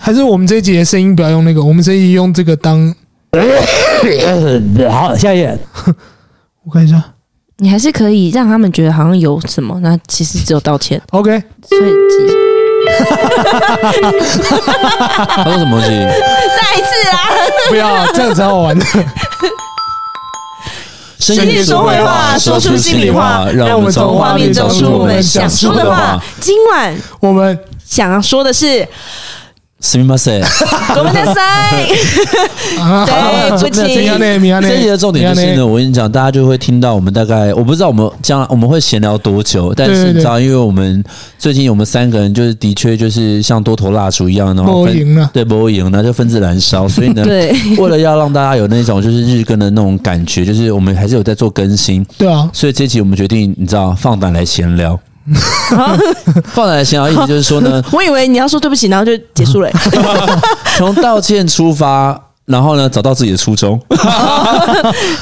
还是我们这一集的声音不要用那个，我们这一集用这个当，呃好，下一页。我看一下你还是可以让他们觉得好像有什么，那其实只有道 歉。 ，OK，所以其实他说什么东西？ 再一次啊， 不要啊这样子好玩。深夜说会话说出心里话让我们从画面找出我们想说的话。。今晚我们想要说的 是すみません。我们的塞，啊， 对不起米亚内，米亚内，这一集的重点就是米亚呢，内我跟你讲，大家就会听到我们大概，我不知道我们将来我们会闲聊多久，但对是对对你知道，因为我们最近我们三个人就是的确就是像多头蜡烛一样，然后我分赢了。对波影，那就分子燃烧，所以 呢，对，为了要让大家有那种就是日更的那种感觉，就是我们还是有在做更新，对啊，所以这集我们决定，你知道，放胆来 闲聊。放胆来闲聊，意思就是说呢，我以为你要说对不起，然后就结束 了、从道歉出发，然后呢，找到自己的初衷。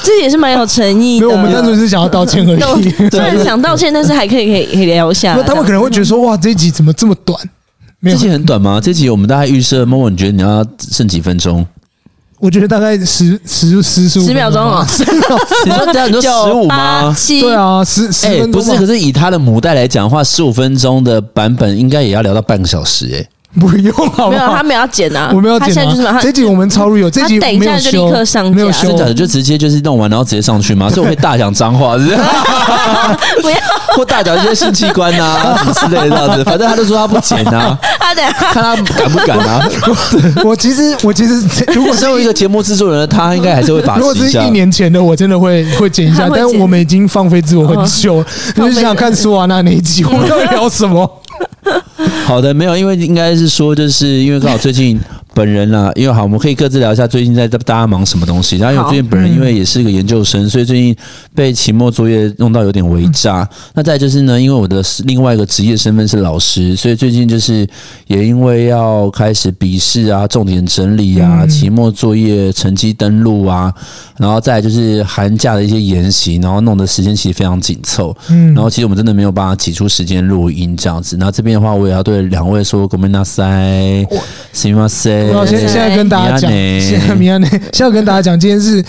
这也是蛮有诚意没有，的。我们单纯是想要道歉而 都已。虽然想道歉，但是还可以可以可以聊一下那。他们可能会觉得说，哇，这一集怎么这么短？没这有，集很短吗？这集我们大概预设，默默你觉得你要剩几分 钟？我觉得大概十十十十五十秒钟哦十秒。你说这样，你说十九五八吗？七，对啊，十十哎、分不钟是吧，可是以他的母带来讲的话，十五分钟的版本应该也要聊到半个小时、哦哎，不用啊好没不有他好？没有要剪 啊，我们要他现剪在就是啊马，这上。 集我们超入有，这集他等一没有下就修立刻上架没有修真，假的就直接就是弄完，然后直接上去 吗？所以我会大讲脏话，是不是？ 不要，或大讲一些性器官 啊、什么之类的这样子。反正他就说他不剪啊，他等下看他敢不敢啊。我其实我其实如我果身为一个节目制作人，他应该还是会把如果持是一下一。年前的，我真的 会会剪一下他，会但剪我们已经放飞自我很久哦了。你放飞是想看苏瓦娜那一集，我们要聊什么？好的，没有，因为应该是说，就是因为刚好最近本人啊，因为好，我们可以各自聊一下最近在大家忙什么东西。然后因为好最近本人因为也是个研究生，所以最近被期末作业弄到有点微渣。那再来就是呢，因为我的另外一个职业身份是老师，所以最近就是也因为要开始笔试啊、重点整理啊、期末作业成绩登录啊，然后再来就是寒假的一些研习，然后弄得时间其实非常紧凑。嗯然后其实我们真的没有办法挤出时间录音这样子。那这边的话，我也要对两位说 g o m e n a s a i s i m a s 我要先对现在跟大家讲，哎米亚内现在米亚内， 现在要跟大家讲，今天是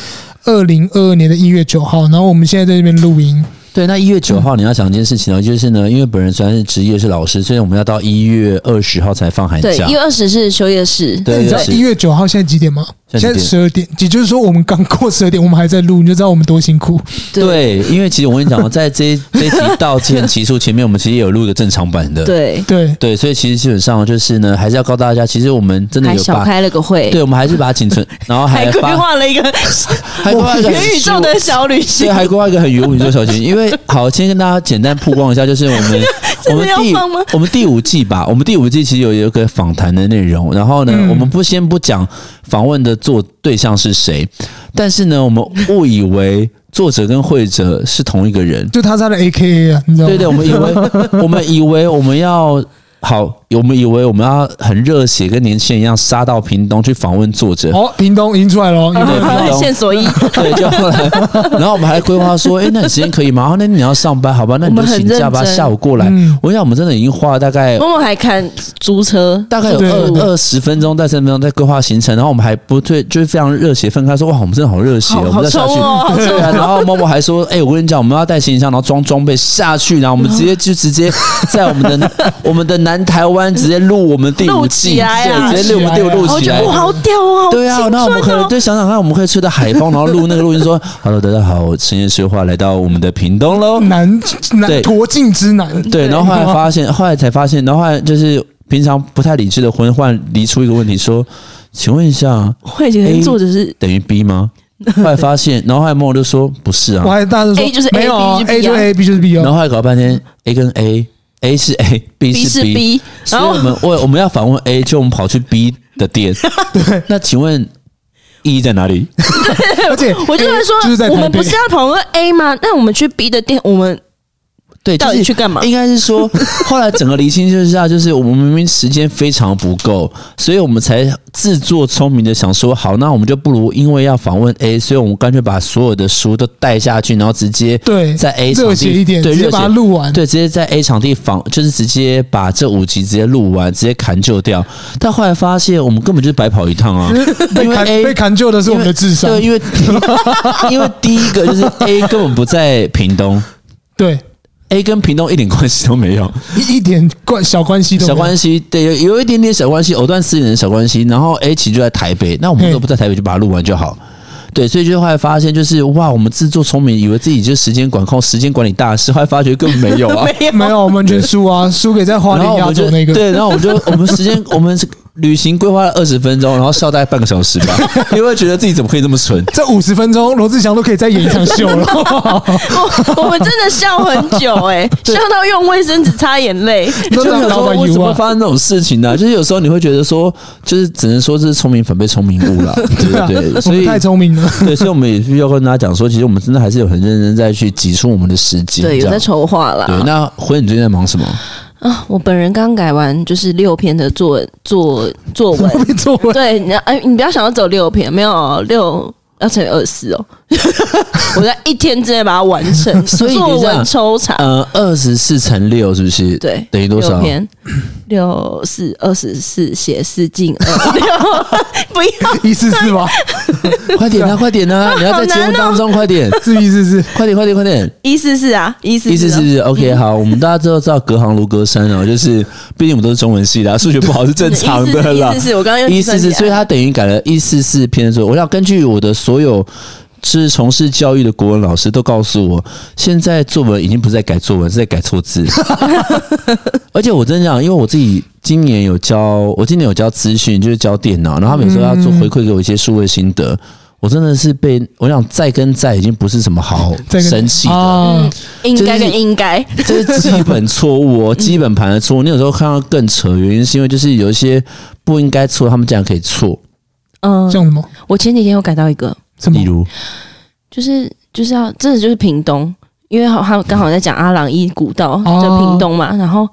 二零二二年的一月九号，然后我们现在在这边录音，对，那一月九号你要讲一件事情呢，就是呢，因为本人虽然是职业是老师，所以我们要到一月二十号才放寒对假一。月二十是休业室，那你对，知道哎就是一月九号现在几点吗？现现在在几点十二点，也就是说我们刚过十二点，我们还在录，你就知道我们多辛苦。对，因为其实我跟你讲哦，在这一这一集道歉期数前面，我们其实也有录一个正常版的。对，对，对，所以其实基本上就是呢，还是要告诉大家，其实我们真的还有小把，开了个会，对，我们还是把它仅存，然后还还规发划了一个 还规划一个元宇宙的小 旅行对，，还规划一个很圆舞，你说小心，因为好，先跟大家简单曝光一下，就是我们我们要第放吗我们第五季吧，我们第五季其实有有一个访谈的内容，然后呢，嗯我们不先不讲访问的作对象是谁，但是呢，我们误以为作者跟会者是同一个人，就他是他的 A K A 啊，你知道吗？ 对对，我们以为我们以为我们要好，我们以为我们要很热血，跟年轻人一样杀到屏东去访问作者，哦，屏东赢出来了哦，有没有 对对对线索一，对， 就后来，然后我们还规划说，哎、那你时间可以吗？哦，那你要上班，好吧？那你我就们很请假吧，认真下午过来。嗯我想我们真的已经花了大概默默还看租车，大概有对对对二二十分钟到三十分钟在规划行程，然后我们还不对，就是非常热血愤慨说，哇，我们真的好热血，好我们再下去。好冲 哦好冲哦 对啊，然后默默还说，哎、我跟你讲，我们要带行李箱，然后装装备下去，然后我们 直接就直接在我们的我们的南台湾直接录我们第五录季，起来啊对，直接录我们第五录录我起觉来得。哇，好屌哦，对啊好，那我们青可春能哦就想想看，我们可以吹着海风，然后录那个录音说：“Hello，大家好，我深夜说话来到我们的屏东喽。难对难驼颈之难。”嗯对，然后后来发 现，后来才发现，然后后来就是平常不太理智的婚，忽然理出一个问题说：“请问一下，会觉得作者是等于 B 吗？” 后来发现，然后后来默默就说：“不是啊我。还大声说 A 就是 A，没有啊 B 就就是 B 啊 A，B 就是 B ”然后哦。后来搞半天，A 跟 A，A 是 A，B B 是是 B，所然以后我们我我们要访问 A，就我们跑去 B 的店。对，那请问 E 在哪里？而且 我就会说就是在，台北我们不是要讨论 A 吗？那我们去 B 的店，我们对，到就底是去干嘛？应该是说，后来整个厘清就是啊， 就是我们明明时间非常不够，所以我们才自作聪明的想说，好，那我们就不如因为要访问 A，所以我们干脆把所有的书都带下去，然后直接对，在 A 场热地血一点，对直接热把它血。录完。对，直接在 A 场地访，就是直接把这五集直接录完，直接砍就掉。但后来发现，我们根本就是白跑一趟啊！ 被因为砍 A- 被砍救的是我们的智商，对，因为因为 第一个就是 A 根本不在屏东对， ，A 跟屏东一点关系都没有。一一点关小关系都没小有。关系，对，有有一点点小关系，藕断丝连的小关系。然后 A 其实就在台北，那我们嘿都不在台北，就把它录完就好。对，所以就后来发现，就是哇，我们自作聪明，以为自己就是时间管控、时间管理大师，后来发觉根本没有 啊。没有，没有，我们全输啊，输给在花然莲后我压们轴就那个。对，然后我们就我们时间我们旅行规划了二十分钟，然后笑大概半个小时吧， 因为觉得自己怎么可以这么蠢？这五十分钟，罗志祥都可以再演一场秀 了。 我我们真的笑很久哎、欸 笑到用卫生纸擦眼泪。都就让有时老候板为什以么外，发生这种事情呢、就是有时候你会觉得说，就是只能说这是聪明反被聪明 误了，对对对，啊我所们以太聪明了。 对，所以我们也需要跟大家讲说，其实我们真的还是有很认真在去挤出我们的时间。对，有这在样筹划啦。对，那辉，你最近在忙什么？啊，我本人刚改完就是六篇的作作作文， 被作文对，你哎，你不要想要走六篇，没有六要乘以二十哦， 我在一天之内把它完成， 所以你这样作文抽查，呃，二十四乘六是不是？，对，等于多少六篇，六四二十四写四进二 六，不要一四四吗？ 快 点啊，快点啊！你要在节目当中，快点，是一四四，快点，快点，快点！一四四啊，一四意思是 OK，好，我们大家都知道隔行如隔山哦，就是毕竟我们都是中文系的啊，数学不好是正常的啦一四。四，我刚 哎刚又一四四，啊所以以他等于改了一四四篇的作文。我想根据我的所有是从事教育的国文老师都告诉我，现在作文已经不是在改作文，是在改 错字。而且我真的讲，因为我自己今年有教，我今年有教资讯，就是教电脑，然后他们有时候要做回馈给我一些数位心得。我真的是被我想再跟再已经不是什么好 再跟神奇的，嗯啊，应就该是跟应该，这是基本错 误哦，基本盘的错误。你有时候看到更扯，原因是因为就是有一些不应该错，他们竟然可以错，嗯，像什么我前几天有改到一个，什么例如就是就是要真的就是屏东，因为好他刚好在讲阿朗伊古道哦就屏东嘛，然后我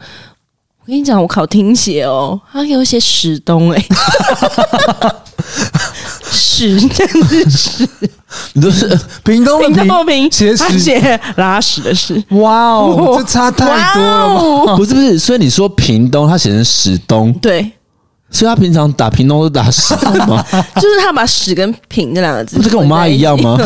跟你讲，我考听写哦，他有写史东哎、欸，史真的是史，你都是屏东屏的哦东平，写他史写拉屎的屎，屏，哇哦，哇这差太多了吧？哇哦 不是不是，所以你说屏东，他写成史东，对，所以他平常打屏东都打史东吗？就是他把屎跟平这两个字，不是跟我妈一。样吗？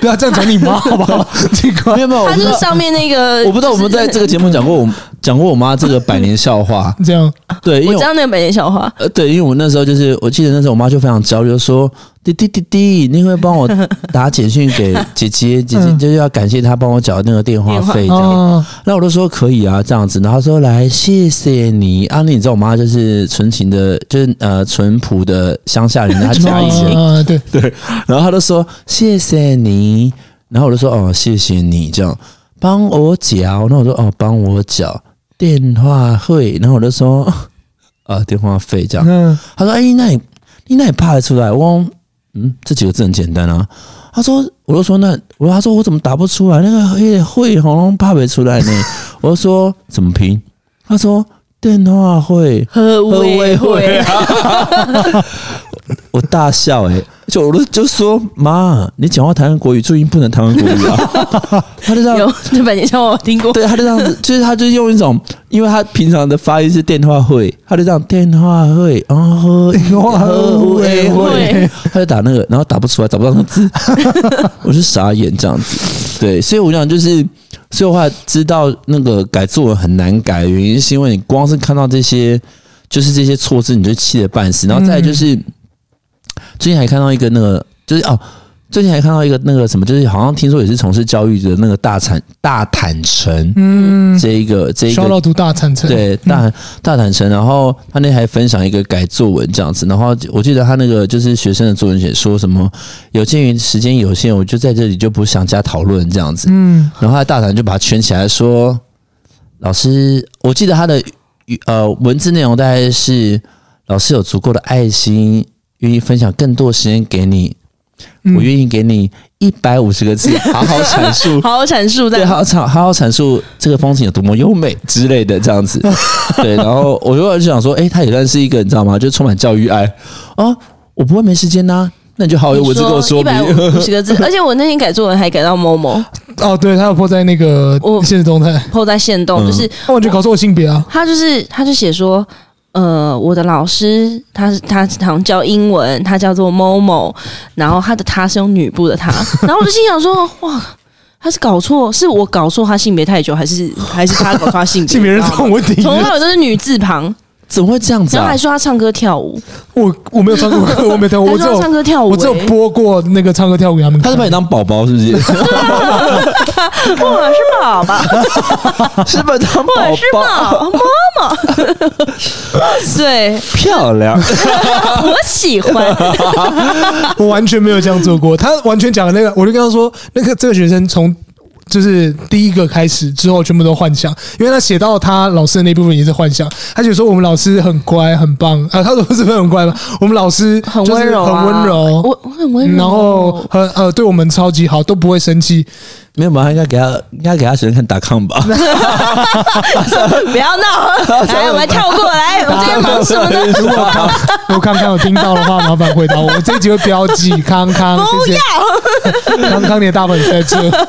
不要这样讲你妈好不 好？这没个有没有，我他不就是知道，上面那个，我不知道我们在这个节目讲过我讲过我妈这个百年 笑话，这样对，因我为知我道那个百年笑话，呃对，因为我那时候就是，我记得那时候我妈就非常焦虑，就说弟弟弟弟，你会帮我打简讯给姐姐，姐姐嗯就是要感谢她帮我缴那个电话费这样。啊，那我就说可以啊，这样子。然后她说来，谢谢你啊。那你知道我妈就是纯情的，就是呃淳朴的乡下人，她嘉义人。啊，对， 然后他就说谢谢你，然后我就说哦谢谢你这样，帮我缴，那我说哦帮我缴电话费，然后我就说 啊电话费这样，嗯，他说哎、那你你那你怕得出来？我说嗯这几个字很简单啊，他说我就说那我他说我怎么打不出来那个会会喉咙怕不出来呢？ 我就说怎么拼？他说电话会。喝喝威威会会，我大笑哎、就我都就说妈，你讲话台湾国语，注音不能台湾国语啊。 他就这 样，有这百年笑话我听 过，对，他就这样子，就是他就用一种，因为他平常的发音是电话会，他就这样电话会，然后哦会会，会，他就打那个，然后打不出来，找不到那个字，我就傻眼这样子。对，所以我想就是，所以我后来知道那个改作文很难改，原因是因为你光是看到这些，就是这些错字，你就气得半死。然后再来就是，最近还看到一个那个，就是哦。最近还看到一个那个什么，就是好像听说也是从事教育的那个大坦大坦诚，嗯，这一个这一烧个到毒大产城，，对大大坦诚，然后他那天还分享一个改作文这样子，然后我记得他那个就是学生的作文写说什么，有鉴于时间有限，我就在这里就不想加讨论这样子，嗯，然后他大胆就把它圈起来说：“老师，我记得他的语呃文字内容大概是老师有足够的爱心，愿意分享更多时间给你，我愿意给你一百五十个字，好好阐述好好阐述对，在好好阐好好阐述这个风景有多么优美之类的这 样子。对，然后我就就想说，哎、他也算是一个你知道吗？就充满教育爱哦，我不会没时间呐、那你就好有文字跟我说一明百。五十个字，而且我那天改作文还改到某某，哦，对，他有破在那个我现实动态，抛在线动，嗯就是那我就搞错我性别啊。他就是他就写说，呃，我的老师他是他好像教英文，他叫做某某，然后他的他是用女部的 他，然后我就心想说，哇，他是搞错，是我搞错他性别太久，还是还是他搞错他性 别？性别认你知道吗同问题，从头到尾都是女字旁， 怎么会这样子然后啊还？说他唱歌跳舞，我我没有唱过歌， 我没有跳过，还我说只他唱有歌跳舞、我只有欸播过那个唱歌跳舞给他们他看。是把你当宝宝是不是？ 我是宝宝， 是把你当我宝是宝，宝妈 妈，对漂亮。我喜欢，我完全没有这样做过。他完全讲的那个，我就跟他说，那个这个学生从就是第一个开始之后，全部都幻想，因为他写到他老师的那部分也是幻想。他就说我们老师很乖，很棒啊，他说是不是很乖吗？我们老师很就是温柔、啊，很温柔。我我很温柔，然后很呃，对我们超级好，都不会生 气。没有吧？应该给他，应该给他学生看达康吧。 不要 闹，来，我们跳过来，我今天忙什么呢？如果康，如果康康有听到的话，麻烦回答我。我这一集会标记康康， 谢 谢。康康，你的大本在这。啊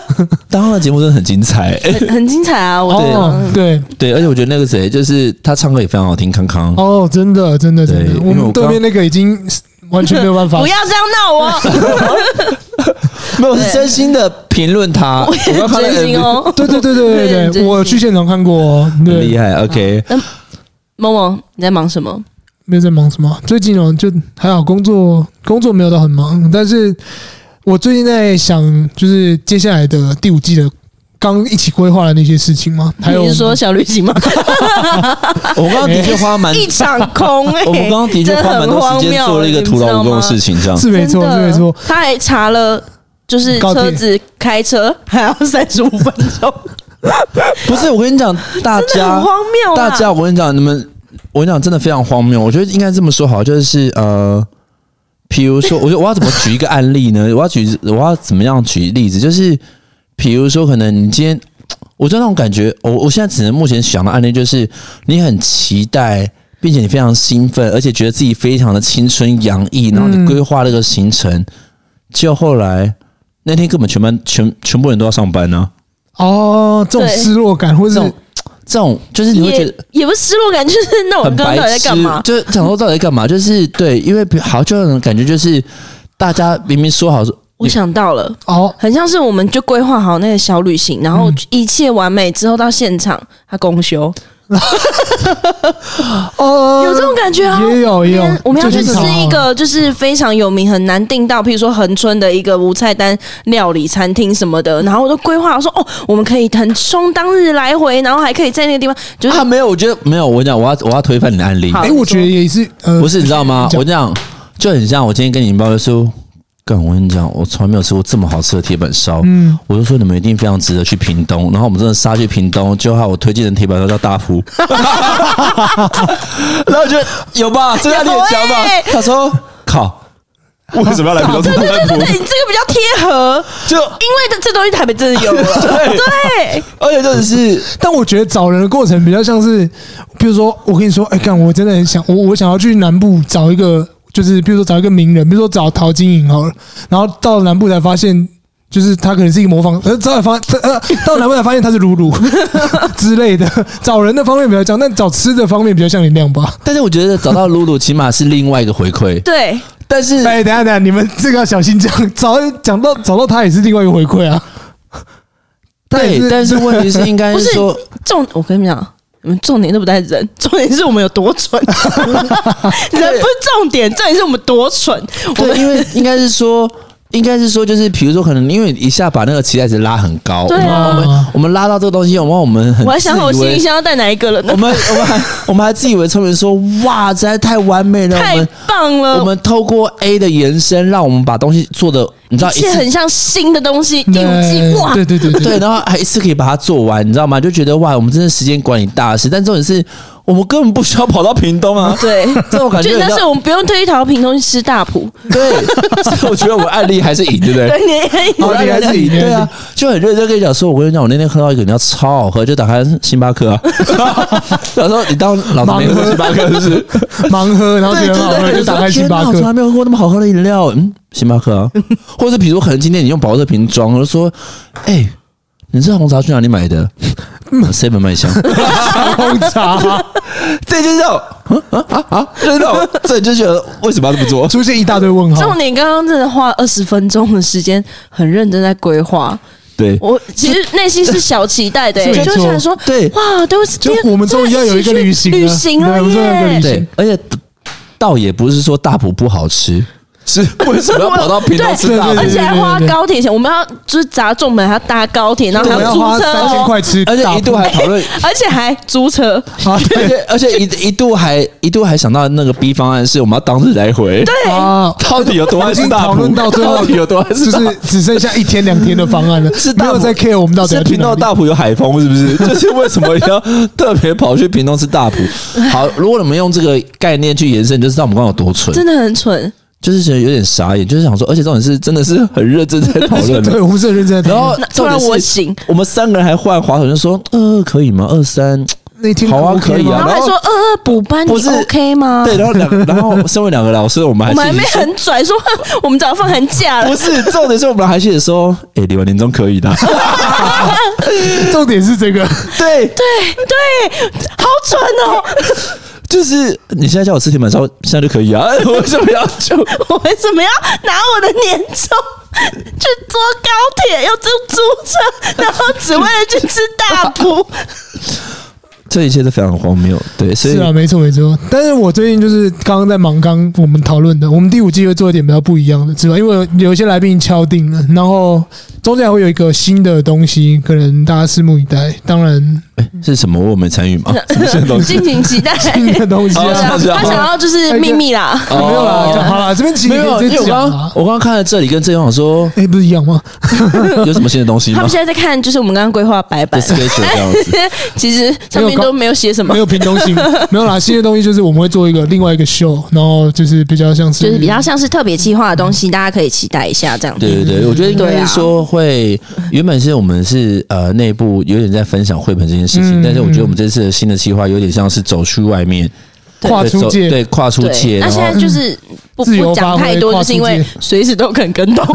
当然，节目真的很精彩、哎很很精彩啊，我哦，对，对，而且我觉得那个谁，就是他唱歌也非常好听，康康。哦，真的，真的，对真的，因为我我们对刚面那个已经完全没有办法 不。要这样闹哦我，没有，我是真心的评论他。 我刚看哎真心了 哦。对对对 对对真对，心我去现场看过哦。 MV 很厉对，害。OK，萌萌，你在忙什么？没有在忙什么，最近哦就还好，工作工作没有到很忙，但是我最近在想，就是接下来的第五季的刚一起规划的那些事情嘛，还有你是说小旅行吗？ 我刚刚的确花蛮，一场空哎，我们刚刚的确花蛮多真的很时荒间谬做了一个徒劳无功的事你情，这样。是没错真是的没错，他还查了。就是高铁车子开车还要三十五分钟，不是，我跟你讲，大真的家很，荒谬啊！大家，我跟你讲，你们，我跟你讲，真的非常荒谬。我觉得应该这么说好，就是呃。比如说，我觉得我要怎么举一个案例呢？ 我要举，我要怎么样举例子？就是比如说，可能你今天，我就那种感觉，哦我我现在只能目前想的案例就是，你很期待，并且你非常兴奋，而且觉得自己非常的青春洋溢，然后你规划这个行程，就后来那天根本全班全全部人都要上班呢、哦，这种对失落感，或这是种这种就是你会觉得也也不是失落感，就是那我很刚刚白到底在痴，干嘛？就是想说到底在干嘛？就是对，因为好就让人感觉就是大家明明说好说，我想到了，哦，很像是我们就规划好那个小旅行，然后一切完美之后到现场，他公休，哦，有这种感觉啊？也有也有我们我们要去最近吃常一个就是非常有名、很难订到，譬如说恒春的一个无菜单料理餐厅什么的，然后我都规划好说哦，我们可以腾冲当日来回，然后还可以在那个地方，就是啊，没有，我觉得没有。我讲，我要我要推翻你的案例，嗯好哎，我觉得也是，呃，不是你知道吗？讲我讲就很像我今天跟你抱怨说，干，我跟你讲，我从来没有吃过这么好吃的铁板烧。嗯，我就说你们一定非常值得去屏东，然后我们真的杀去屏东，就害我推荐的铁板烧叫大福， 然后我觉得有吧，这个案例很强吧有欸？他说靠，为什么要来屏东吃大对福？你这个比较贴合，就因为这这东西台北真的有了， 对，对，而且真的是但我觉得找人的过程比较像是，比如说我跟你说，哎、干，我真的很想，我我想要去南部找一个，就是比如说找一个名人，比如说找陶晶莹好了，然后到了南部才发现。就是他可能是一个模仿，呃，到来发 呃到南部才发现他是鲁鲁 之类的。找人的方面比较像，但找吃的方面比较像你那样吧。但是我觉得找到露露起码是另外一个回馈，对， 但 是哎、等一下等一下，你们这个要小心讲，找讲到找到他也是另外一个回馈啊。他也对，但是问题是应该不是是说，重，我跟你们讲，你们重点都不在人， 重点是我们有多 蠢。人不是重点，重点是我们多蠢。我对，们因为应该是说。应该是说，就是比如说，可能因为一下把那个期待值拉很 高，对啊我们我们我们拉到这个东西，我们我们很我还想好我自以行为李箱要带哪一个了呢我？们我 们还我们还自以为聪明说，哇，实在太完美了，我太们棒了！我们透过 A 的延伸，让我们把东西做的，你知道一一切次很像新的东西，嗯第五季对哇！。对对对对，然后还一次可以把它做完，你知道吗？就觉得哇，我们真的时间管理大师。但重点是我们根本不需要跑到屏东啊对，这种感觉就很像，但是我们不用特意逃屏东去吃大埔， 对，所以我觉得我案例还是赢，对不对？对，你哦你还是赢对啊，就很认真跟你讲说，我跟你讲，我那天喝到一个饮料超好喝，就打开星巴克啊。 他说你当老子没喝 过星巴克是不是？啊盲喝，然后觉对得很好喝，就打开星巴我从来克。没有喝过那么好喝的饮料。嗯，星巴 克啊，或者是比如说可能今天你用保乐瓶装，我就说，哎、你这红茶去哪里买 的？seven 嗯麦香，红茶这就是这种，嗯啊啊啊，就是这种，这你就觉得为什么要这 么做？出现一大堆问号重，点刚刚真的花二十分钟的时间，很认真在规划。对，我其实内心是小期 待的、是没就错想说，对哇，都是就我们终于要有一个旅行了啊旅行对了我们终于有一个旅行耶！对，而且倒也不是说大埔不好吃，是为什么要跑到屏东吃大对埔对而？且还花对对对高铁钱，我们要就是砸重本，还要搭高铁，然后我还们要租花车三千哦，块吃大而埔，且一度还讨论，而且还租车，啊，而 对且而且一一度还一度还想到那个 B 方案是我们要当日来回，对，哎啊，到底有多爱已经哎吃大讨埔？论到最后到底有多爱就吃大埔？是只剩下一天两天的方案了， 是大没埔有在 care 我们到底是要去屏哪东里。大埔有海风是不是？就是为什么要特别跑去屏东吃大埔？好，如果你们用这个概念去延伸，你就知道我们刚刚有多蠢，真的很蠢。就是觉得有点傻眼，就是想说，而且重点是真的是很认真在讨论啊的对，。我们是很认真的。 然后那突重然点我是，醒，我们三个人还换滑手，就说呃可以吗？二三那天好啊可以然啊后还然后说二二补班，不你是 OK 吗？对，然后两然后身为两个老师，我们还啊我们还是没很拽，说 我们早放寒假了不，是重点是我们还写说，哎、你们年终可以的， 重点是这个，对对，好蠢哦！就是你现在叫我吃铁板烧，现在就可以啊， 我为什么要就 我为什么要拿我的年终去坐高铁，又坐租 车，然后只为了去吃大补？ 这一切都非常荒谬，对，所以是啊，没错没错。但是我最近就是刚刚在忙，刚我们讨论的，我们第五季会做一点比较不一样的，之外，因为有一些来宾敲定了，然后中间还会有一个新的东西，可能大家拭目以待。当 然，哎是什么？我没参与吗？什么新的东西？敬请期待。新的东西好啊啊，是他想要就是秘密啦，哦 没有啦，讲好啦，这边其实没可以有，啊直因接为我刚讲刚啦。我刚刚看了这里跟郑 勇说哎，不是一样吗？有什么新的东西他吗们现在在看，就是我们刚刚规划白板， ？schedule 这样子，其实上面都没有写什么没，有屏东 新，没有啦。新的东西就是我们会做一个另外一个秀，然后就是比较像是就是比较像是特别计划的东西，大家可以期待一下这样子。对对对，我觉得应对该啊是说会，原本是我们是呃内部有点在分享绘本这件事情，嗯但是我觉得我们这次的新的计划有点像是走出外面，跨对出走界，对跨出对，界，那然后现在就是不自由不发讲挥太多，跨就出是因为界随时都可 能跟动，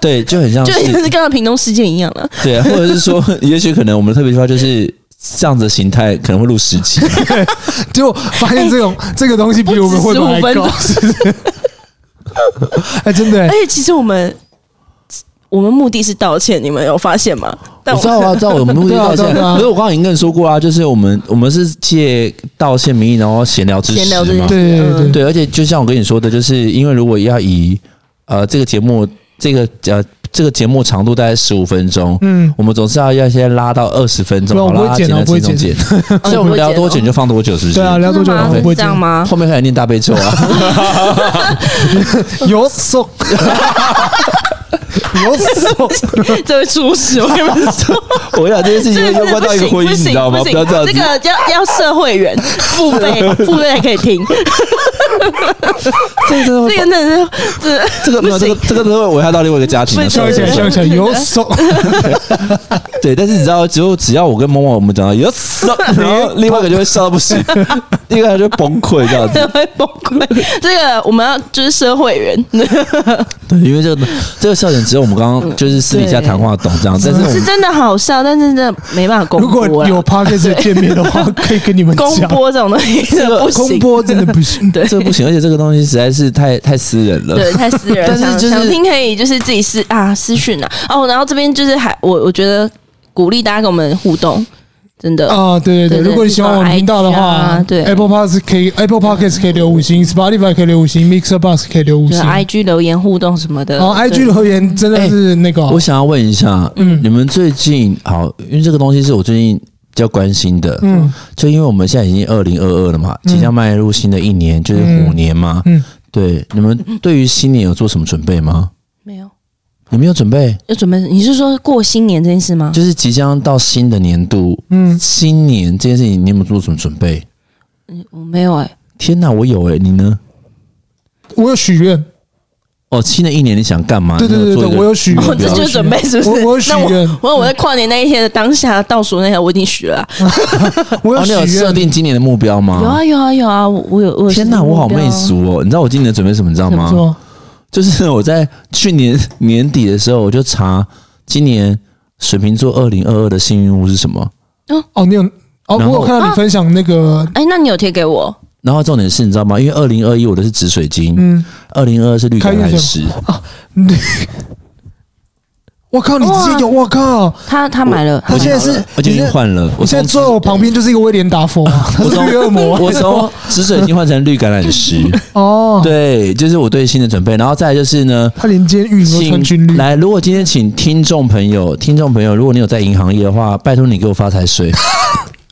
对就很像就是是跟刚屏东事件一样啊了。对，或者是说，也许可能我们特别计划就是这样子的形态，可能会录十集。结果发现这种、哎这个东西比我们会本还高，是不是？ 哎，真的、而欸，且其实我们我们目的是道歉，你们有发现吗？但我知道啊，知道我们目的道歉。对啊对啊可是我刚刚已经跟你说过啊，就是我们我们是借道歉名义，然后闲聊之闲聊时之嘛间。对对对对，而且就像我跟你说的，就是因为如果要以呃这个节目这个呃这个节目长度大概十五分钟，嗯，我们总是要要先拉到二十分钟，不然好我不啦，会剪啊单我不会轻松剪剪。 哦所以我们聊多久你就放多久，是不是？对啊，聊多真久的吗了？我不会是这样吗？ 吗？后面开始念大悲 咒啊，有手，有手，这会出事，我跟你们说，我跟你讲这件事情会这攸关到一个婚不姻，你行知道吗？不不行要这样这子个。要要社会员付 费，付费才可以听。这个这个真的是，这 这个没有这个这个都会危害到另外一个家庭的啊不行笑起来，笑起来，有手，对，但是你知道，只有只要我跟某某我们讲到 有死，然后另外一个就会笑到不行，另外一个就崩溃这样子。这会崩溃。这个我们要就是社会员，嗯对， 因为这个这个笑点只有我们刚刚就是私底下谈话懂这样，但是 我是们真的好笑，但是真的没办法公如播果啦。有 p o d c a s 见面的话，可以跟你们公讲。播这种东西真的不公行，播真的不行，对这个不行，而且这个东西实在是太太私人了。对，太私人。但是想就是想听可以就是自己私啊私讯啊哦，然后这边就是还我我觉得鼓励大家跟我们互动，真的。哦啊，对对对对，对如果你喜欢我们频道的至少 IG 话啊，对，Apple Podcast 可以，Apple Podcast 可以留五星，Spotify 可以留五星，Mixer Bus 可以留五就是星。 I G 留言互动什么的，然哦后 IG 留言真的是那个哦， 我想要问一下，嗯，你们最近好，因为这个东西是我最近比较关心的，嗯，就因为我们现在已经二零二二了嘛，即将迈入新的一年，就是虎年嘛，嗯嗯对，你们对于新年有做什么准备吗？没有，你们有准备？要准备，你是说过新年这件事吗？就是即将到新的年度，嗯，新年这件事情，你有没有做什么准备？我没有哎、天哪，我有哎、你呢？我有许愿，哦，新的一年你想干嘛？对对你对有做对，一个我有许愿，哦，这我就有是许准备愿是不是？我我有许那愿，我我在跨年那一天的当下倒数那条我已经许了啊、我哦，你有许设愿，定今年的目标吗？有啊有啊有啊，我我有我有天哪，设定我好目标啊媚俗哦！你知道我今年准备什么？你知道怎么吗？说？就是我在去年年底的时候，我就查今年水瓶座二零二二的幸运物是什么。哦，你有哦，然后我有看到你分享那个，哎、那你有贴给我？然后重点是，你知道吗？因为二零二一我的是紫水晶，嗯，二零二二是绿橄开运榄什石。 我靠，你直接有，我靠，他他买了，他他现在我哎是你我已经现在换了，我你现在从坐在我旁边就是一个威廉达佛啊，他是绿恶魔啊，我从紫水晶换成绿橄榄 石。哦，对，就是我对新的准备。然后再来就是呢，他连今天浴服都穿军请绿，来，如果今天请听众朋友，听众朋友，如果你有在银行业的话，拜托你给我发财水。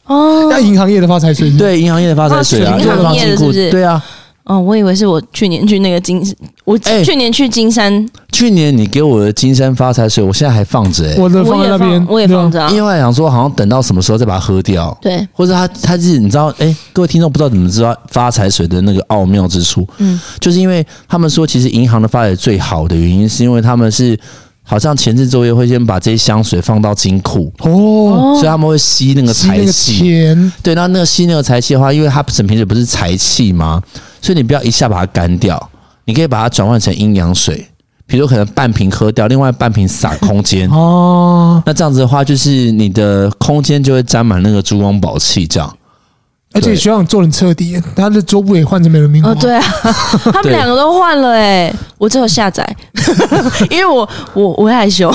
哦要银行业的发财水，，对，银行业的发财水啊，啊是银行业的就是不是对啊，哦，我以为是我去年去那个金，我哎去年去金山，去年你给我的金山发财水，我现在还放着、欸，我的放我在也那边放，我也对啊放着啊，因为我想说好像等到什么时候再把它喝掉，对，或者它它是你知道，哎、各位听众不知道怎么知道发财水的那个奥妙之处，嗯，就是因为他们说其实银行的发财最好的原因是因为他们是。好像前置作业会先把这些香水放到金库，哦，所以他们会吸那个吸财那个气，钱，。对，那那个吸那个财气的话，因为它整瓶水不是财气吗？所以你不要一下把它干掉，你可以把它转换成阴阳水，比如可能半瓶喝掉，另外半瓶撒空间哦，那这样子的话，就是你的空间就会沾满那个珠光宝气，这样。而且对学长做得很彻底，他的桌布也换成美轮明哦宏，对 啊，他们对两个都换了哎、我只有下载， 因为我我我害 羞，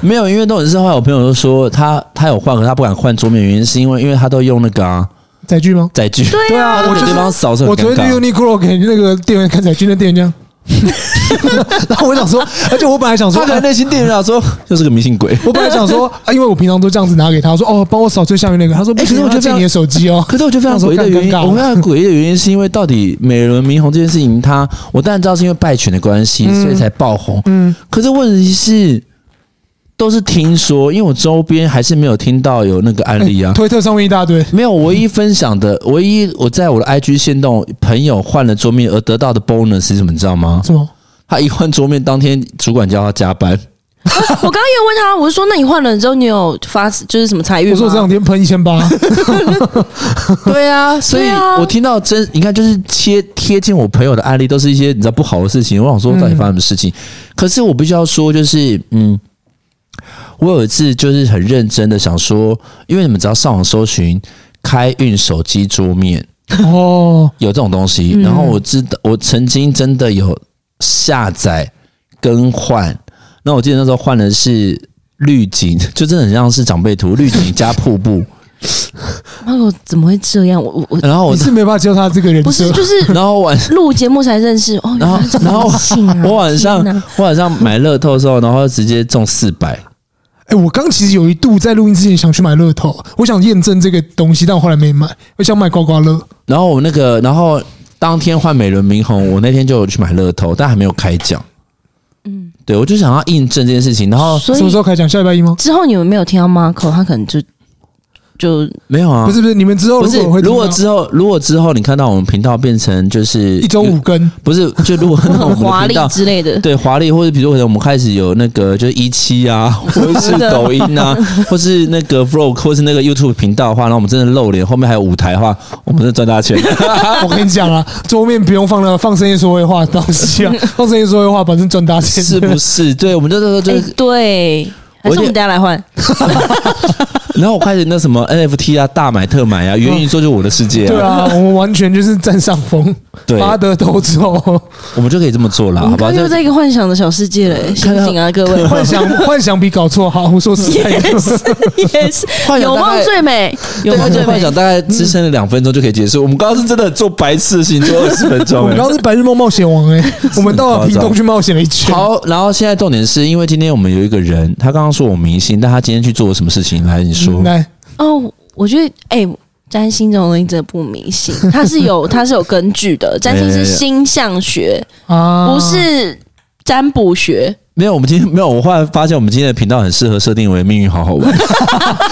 没有，因为都很是后来我朋友就说他他有换，可是他不敢换桌面，原因是因为因为他都用那个啊载具吗？载具，对啊 他都给对方扫是很我昨尴天去尬。 Uniqlo 给那个店员看载具，那店员这样。 然后我想说，而且我本来想说，他可能内心电影想说，就是个迷信鬼。我本来想说啊，因为我平常都这样子拿给他，我说哦，帮我扫最下面那个。他说，哎不可是行，我我觉得要这借样你的手机哦。可是我觉得非常诡异的原因，我非常诡异的原因是因为到底美轮明宏这件事情它，我当然知道是因为败犬的关系，所以才爆红。嗯，可是问题是，都是听说，因为我周边还是没有听到有那个案例啊。 推特上面一大堆，没有，我唯一分享的，唯一我在我的 IG 线动朋友换了桌面而得到的 bonus 是什么？你知道吗？什么？他一换桌面当天，主管叫他加班。我刚刚也问他，我是说那你换了之后你有发就是什么财运我吗？说我这两天喷一千 八，对啊， 所以对啊我听到真，你看就是贴贴近我朋友的案例，都是一些你知道不好的事情。我想说到底发生什么事情？可是我必须要说，就是嗯，我有一次就是很认真的想说，因为你们只要上网搜寻开运手机桌面哦，有这种东西，嗯然后我知道我曾经真的有下载更换，那我记得那时候换的是绿景，就真的很像是长辈图，绿景加瀑布，妈我怎么会这样？我 我我然后你我。是没办法接受他这个人不设是，就是然后晚录节目才认识哦，原然后来这么然后性啊 我晚上天哪我晚上买乐透的时候，然后直接中四百，哎，我刚其实有一度在录音之前想去买乐透，我想验证这个东西，但我后来没买，我想买刮刮乐。然后我那个，然后当天换美轮明宏，我那天就有去买乐透，但还没有开奖。嗯，对，我就想要印证这件事情，然后所什么时以候开奖？下礼拜一吗？之后你们没有听到 Marco，他可能就就没有啊，不是不是，你们之后不如是果会，如果听到之后如果之后你看到我们频道变成就是一周五，更，不是就 如果很那我们的华频丽道之类的。对华丽，或者比如说可能我们开始有那个就是一 期啊，或者是抖音啊，或是那个 vlog，或是那个 YouTube 频道的话，然后我们真的露脸，后面还有舞台的话，我们真的赚大钱。我跟你讲啊，桌面不用放了，放深夜说会话 的东西啊，放深夜说会话，反正赚大钱。是啊不是？ 对，我们就就就，哎，对，还是我我觉得们等一下来换。然后我开始那什么 NFT 啊，大买特买啊，元宇宙就是我的世界 对啊，啊，我们完全就是占上风，对，拔得头筹。我们就可以这么做我啦，好们不刚好？刚又就在一个幻想的小世界了，哎醒醒啊，各 位！幻想幻想比搞错好，我说 实在的，也是幻想有大概梦最美，有对，梦而且最幻美。想大概支撑了两分钟就可以结束。我们刚刚是真的做白痴的事情，做二十分我钟、们欸刚。刚是白日梦冒险王 哎、我们到了屏东去冒险了一圈。好，然后现在重点是因为今天我们有一个人，他刚刚说我迷信，但他今天去做了什么事情？来，你说嗯，来，哦，我觉得哎。占星这种东西真的不迷 信，它是有它是有根据的。占星哎哎是哎星象学，啊，不是占卜学。没有，我们今天没有。我后来发现，我们今天的频道很适合设定为“命运好好玩”。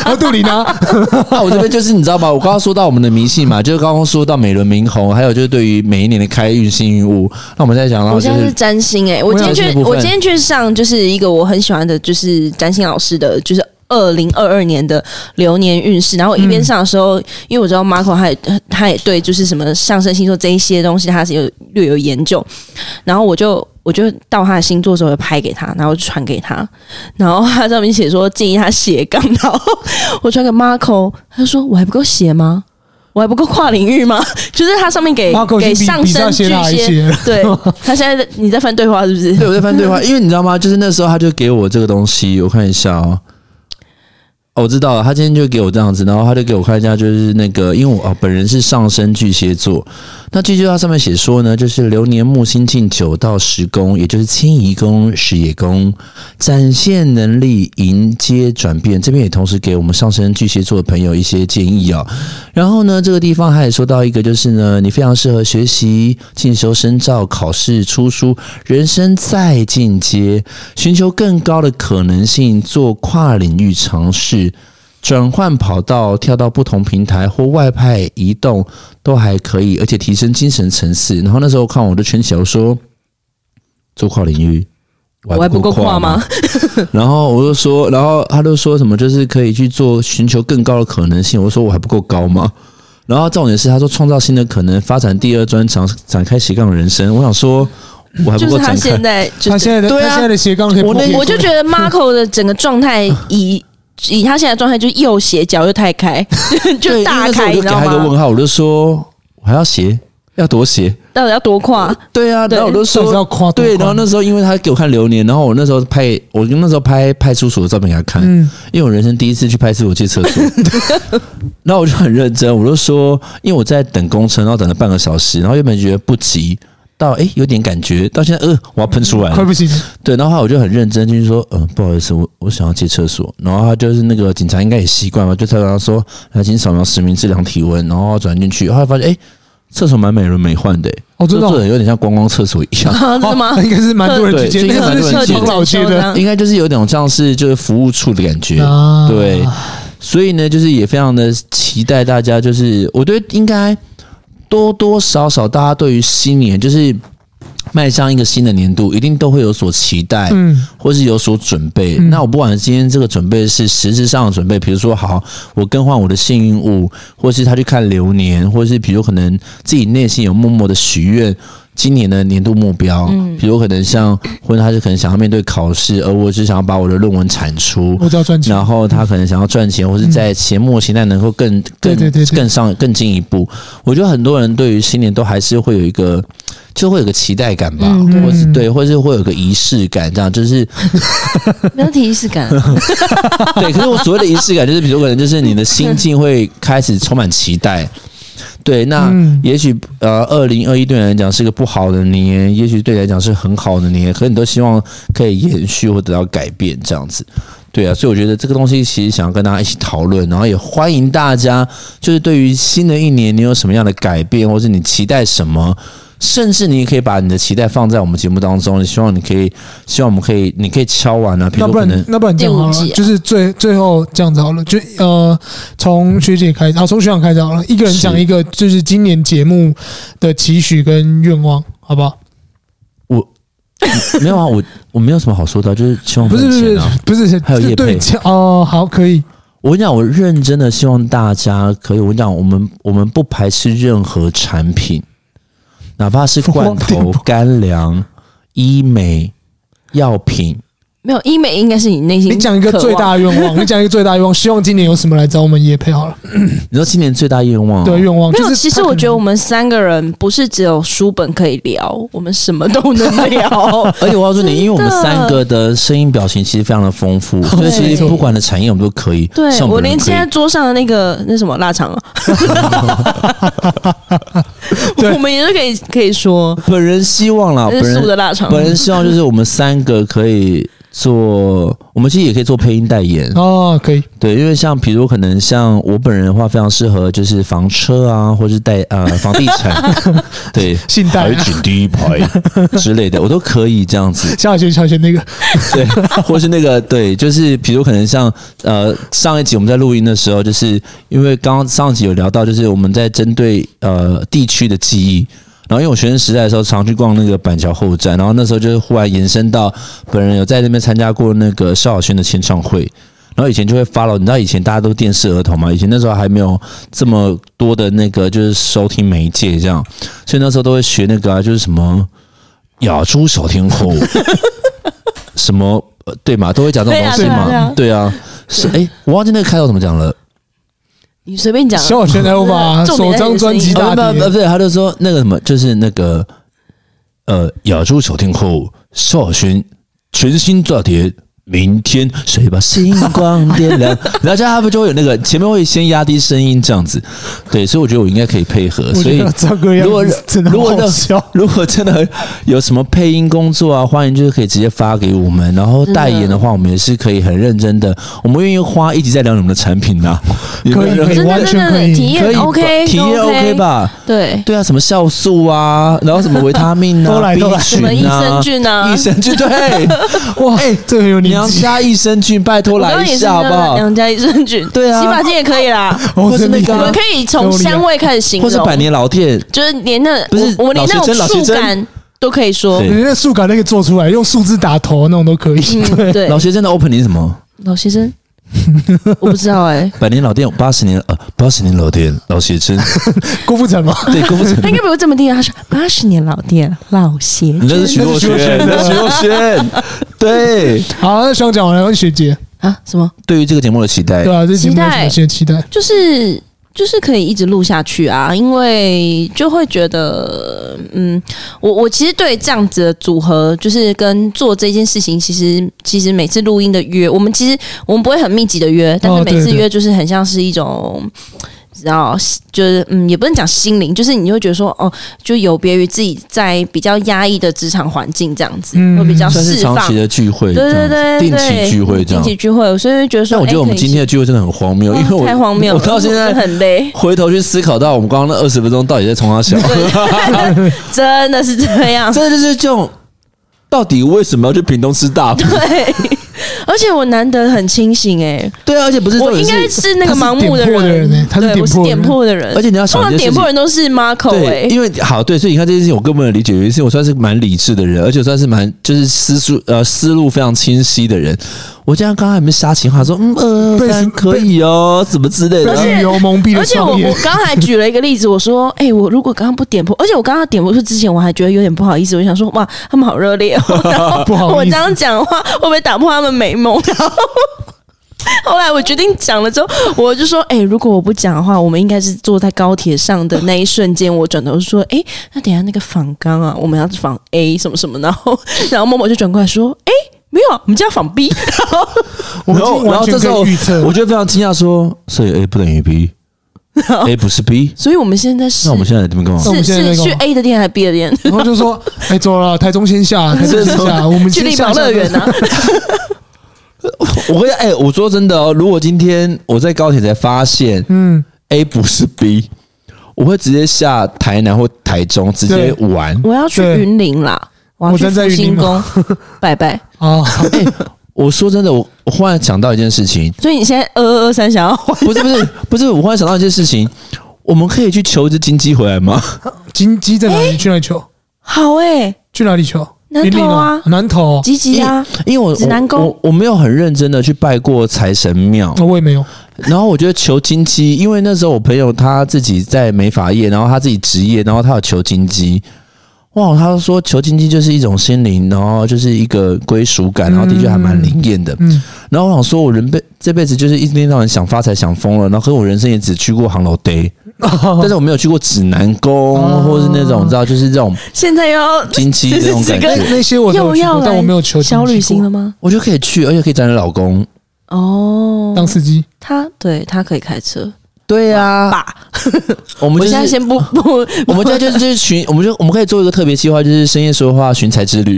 而啊杜里呢？ 那我这边就是你知道吗？我刚刚说到我们的迷信嘛，就是刚刚说到美轮明宏，还有就是对于每一年的开运幸运物。那我们再讲到我就现在是是占星哎、我我今也天有这去，部分我今天去上就是一个我很喜欢的，就是占星老师的，就是。二零二二年的流年运势，然后我一边上的时候，因为我知道 Marco 他也他也对就是什么上升星座这一些东西，他是有略有研究，然后我就我就到他的星座的时候就拍给他，然后就传给他，然后他上面写说建议他斜杠，然后我传给 Marco，他就说我还不够斜吗？我还不够跨领域吗？ 就是他上面给 Marco 已给经比上比升上巨些大一蟹，些了。对他现在在你在翻对话是不是？对我在翻对话，因为你知道吗？就是那时候他就给我这个东西，我看一下哦。哦我知道了，他今天就给我这样子，然后他就给我看一下，就是那个，因为我、哦、本人是上升巨蟹座，那巨蟹座它上面写说呢，就是流年木星进九到十宫，也就是迁移宫、事业宫，展现能力，迎接转变。这边也同时给我们上升巨蟹座的朋友一些建议哦。然后呢，这个地方他也说到一个，就是呢，你非常适合学习、进修、深造、考试、出书，人生再进阶，寻求更高的可能性，做跨领域尝试。转换跑道，跳到不同平台或外派移动都还可以，而且提升精神层次。然后那时候看我的圈起来，我说做跨领域，我还不够跨跨吗？？然后我就说，然后他就说什么，就是可以去做寻求更高的可能性。我说我还不够高吗？然后重点是他说创造新的可能，发展第二专长，展开斜杠人生。我想说，我还不就是够他展开现。在就是他现在的对啊他现在的斜杠可以破我那冰我就觉得 Marco 的整个状态以以他现在的状态就是右斜角又太开， 就对大因为那时候开，我就你给知道他一个吗？问号，我就说我还要斜，要多斜？到底要多跨？ 对啊，对然后我就到底是要说。夸哦多对，然夸后那时候因为他给我看流年，然后我那时候拍，我那时候拍派出所的照片给他看，嗯，因为我人生第一次去派出所借厕 所，然后我就很认真，我就说，因为我在等公车，然后等了半个小时，然后原本觉得不急，到诶有点感觉，到现在呃我要喷出来快了，不行，对，然后后来我就很认真进去说，嗯、不好意思，我我想要借厕所，然后他就是那个警察应该也习惯了，就他跟他说，来请扫描实名制量体温，然后转进去，后来发现诶厕所蛮美轮美奂的、欸，哦，真的就做哦的有点像观光厕所一样，啊真的吗哦那？哦哎应该是蛮多人去接，对那个这是应该蛮多人去接长老接这的样应该就是有点像是就是服务处的感觉，啊对，所以呢，就是也非常的期待大家，就是我觉得应该多多少少大家对于新年就是迈向一个新的年度，一定都会有所期待，嗯，或是有所准备。嗯那我不管今天这个准备是实质上的准备，比如说好，我更换我的幸运物，或是他去看流年，或是比如可能自己内心有默默的许愿。今年的年度目标，嗯比如可能像，或者他是可能想要面对考试，而我是想要把我的论文产出，我只要赚钱，然后他可能想要赚钱，或是在期末期待能够更对更嗯对对对更上更进一步。我觉得很多人对于新年都还是会有一个，就会有个期待感吧，嗯对或是对，或是会有个仪式感，这样就是没有提示感， 对。可是我所谓的仪式感，就是比如可能就是你的心境会开始充满期待。对，那嗯也许呃，二零二一对你来讲是个不好的年，也许对你来讲是很好的年，可是你都希望可以延续或得到改变这样子。对啊，所以我觉得这个东西其实想要跟大家一起讨论，然后也欢迎大家，就是对于新的一年你有什么样的改变，或是你期待什么，甚至你也可以把你的期待放在我们节目当中，你希望你可以，希望我们可以，你可以敲完啊，比如那说不可能然那不然这样好第五了，季啊就是最最后这样子好了，就呃从学姐开始，啊从学长开始好了，一个人讲是一个，就是今年节目的期许跟愿望，好不好？没有啊，我我没有什么好说的啊，就是希望不是赚不钱是啊。不是，还有这业对配这哦，好可以，我跟你讲，我认真的希望大家可以，我跟你讲，我们我们不排斥任何产品，哪怕是罐疯狂头电、干粮、医美、药品，没有医美应该是你内心你讲一个渴望最大的愿望，你讲一个最大的愿望，希望今年有什么来找我们叶配好了，你知道今年最大愿望、啊对，愿望没就有，是其他实可我觉得能我们三个人不是只有书本可以聊，我们什么都能聊。而且我告诉你，因为我们真的三个的声音表情其实非常的丰富，所以其实不管的产业我们都可以。对像我本人连可以现在桌上的那个那什么腊 肠啊，对我们也是可以可以说本人希望啦，那啊本是素人的腊肠，本人希望就是我们三个可以做，我们其实也可以做配音代言。哦，可以，对，因为像比如可能像我本人的话，非常适合就是房车啊，或是贷呃房地产， 对，信贷啊海景第一排之类的，我都可以这样子。萧亚轩、萧亚轩那个， 对， 或是那个对，就是比如可能像呃上一集我们在录音的时候，就是因为刚刚上一集有聊到，就是我们在针对呃地区的记忆。然后，因为我学生时代的时候常去逛那个板桥后站，然后那时候就是忽然延伸到本人有在那边参加过那个萧亚轩的签唱会，然后以前就会 follow，你知道以前大家都电视儿童嘛，以前那时候还没有这么多的那个就是收听媒介这样，所以那时候都会学那个啊，就是什么亚洲小天后， 什么呃对嘛，都会讲这种东西对啊嘛，对啊对啊，是哎，我忘记那个开头怎么讲了。你随便讲啊，萧亚轩 L 吧，重点首在张专辑你的声音大哦不不碟不，对，他就说那个什么，就是那个呃，亚洲小天后萧亚轩全新大碟。明天谁把星光点亮？ 然后这样他们就会有那个前面会先压低声音这样子，对，所以我觉得我应该可以配合。我所觉以得这个如果样子真的如果好那笑。如果真的有什么配音工作啊，欢迎就是可以直接发给我们。然后代言的话，我们也是可以很认真的，我们愿意花一集在聊你们的产品呐、有没有人可以真的完真全可以的体可以验 OK，体验都 OK？吧？对，对啊，什么酵素啊，然后什么维他命都啊来，B 都来什么益群生啊，菌啊益？生菌， 对，哇，哎，这个很有年娘纪，家益生菌，拜托我刚来刚一也是下好不好？娘家益生菌，对啊洗发精也可以啦。哦，或是真的那个我啊们可以从香味开始形或是百容，年老店，就是连那不是我我们连那老学种生老学触生感都可以说。对你那树感那个做出来，用树枝打头那种都可以。嗯，对，老学生的 opening 是什么？老先生， 我不知道哎、百年老店，八十年呃，八十年老店，老学 生，郭富城吗？对，郭富城他，应该不会这么定啊。他说八十年老店老鞋你那是徐若瑄， 那是徐若瑄，对，好，那希望讲完了，问学姐，啊，什么？对啊于这个节目的期待哎对，吧、这节目有什期么待新的期待？就是就是可以一直录下去啊，因为就会觉得，嗯，我我其实对这样子的组合，就是跟做这件事情，其实其实每次录音的约，我们其实我们不会很密集的约，但是哦对每次对约就是很像是一种。然后就是嗯，也不能讲心灵，就是你会觉得说哦，就有别于自己在比较压抑的职场环境这样子，嗯会比较算是释长放期。的聚会，对对对，这样对子定期聚会这样定。期聚会，所以就觉得说，但我觉哎得我们可以今天的聚会真的很荒谬，哇 因为我太荒谬了，我到现在我很 累，回头去思考到我们刚刚那二十分钟到底在冲他笑， 真的是这样。 真的就是这种，到底为什么要去屏东吃大补？对，而且我难得很清醒哎、对啊，而且不是重我应点该是，是那个盲目他是点破的人欸他是对，我是点点破破的人，而且你要通想常一件点事破情。人都是 Marco 哎、对，因为好对，所以你看这件事情，我根本理解。有一次，我算是蛮理智的人，而且算是蛮就是思路呃思路非常清晰的人。我竟然刚刚还没杀青，他说嗯被呃三可以哦，什么之类被的。旅游蒙蔽而了且我双眼我，刚才举了一个例子，我说，哎、我如果刚刚不点破，而且我刚刚点破出之前，我还觉得有点不好意思，我就想说，哇，他们好热烈、 哦，然后不好意思我这样讲的话会不会打破他们美梦？然后后来我决定讲了之后，我就说，哎、如果我不讲的话，我们应该是坐在高铁上的那一瞬间，我转头说，哎、那等一下那个访刚啊，我们要访 A 什么什么，然后然后默默就转过来说，哎、没有啊，我们就要访 B，然 后我们然已后经然完后全这时可候以预测我，就非常惊讶说，所以 A 不等 于 B，A 不是 B，所以我们现在是那我们现在在这边干嘛？那我是们现在在是干去嘛 A 的店还是 B 的店？然后就说，哎，走了，台中先下， 台中先下，我们去先力下宝乐园呢啊？我跟你讲，哎、我说真的哦，如果今天我在高铁才发现，嗯，A 不是 B，我会直接下台南或台中直接玩。我要去云林啦，我要去我站在复云林兴宫吗拜拜。啊，我说真的，我我忽然想到一件事情， 所以你现在二二二三想要换？不是不是不是，我忽然想到一件事情，我们可以去求一只金鸡回来吗？金鸡在哪里？去哪里求？好哎、去哪里求？南投啊云林南投，吉吉啊，因为我指南我宫我我没有很认真的去拜过财神庙，哦我也没有， 然后我觉得求金鸡，因为那时候我朋友他自己在美发业，然后他自己职业，然后他有求金鸡。哇，他说求金鸡就是一种心灵，然后就是一个归属嗯感，然后的确还蛮灵验的。 嗯，然后我想说，我人辈这辈子就是一天到晚想发财想疯了，然后可是我人生也只去过航楼 day，但哦是我没有去过指南宫，哦或是那种你知道就是这种现在又要 金鸡这种感那觉，那些我都有又去过要，来但我没有求小旅行了，了吗？我觉得可以去，而且可以找你老公。哦，当司机他对他可以开车，对呀、吧？我们我就现在是先不不， 我们 这就是就是寻，我们就我们可以做一个特别计划，就是深夜说话寻财之旅，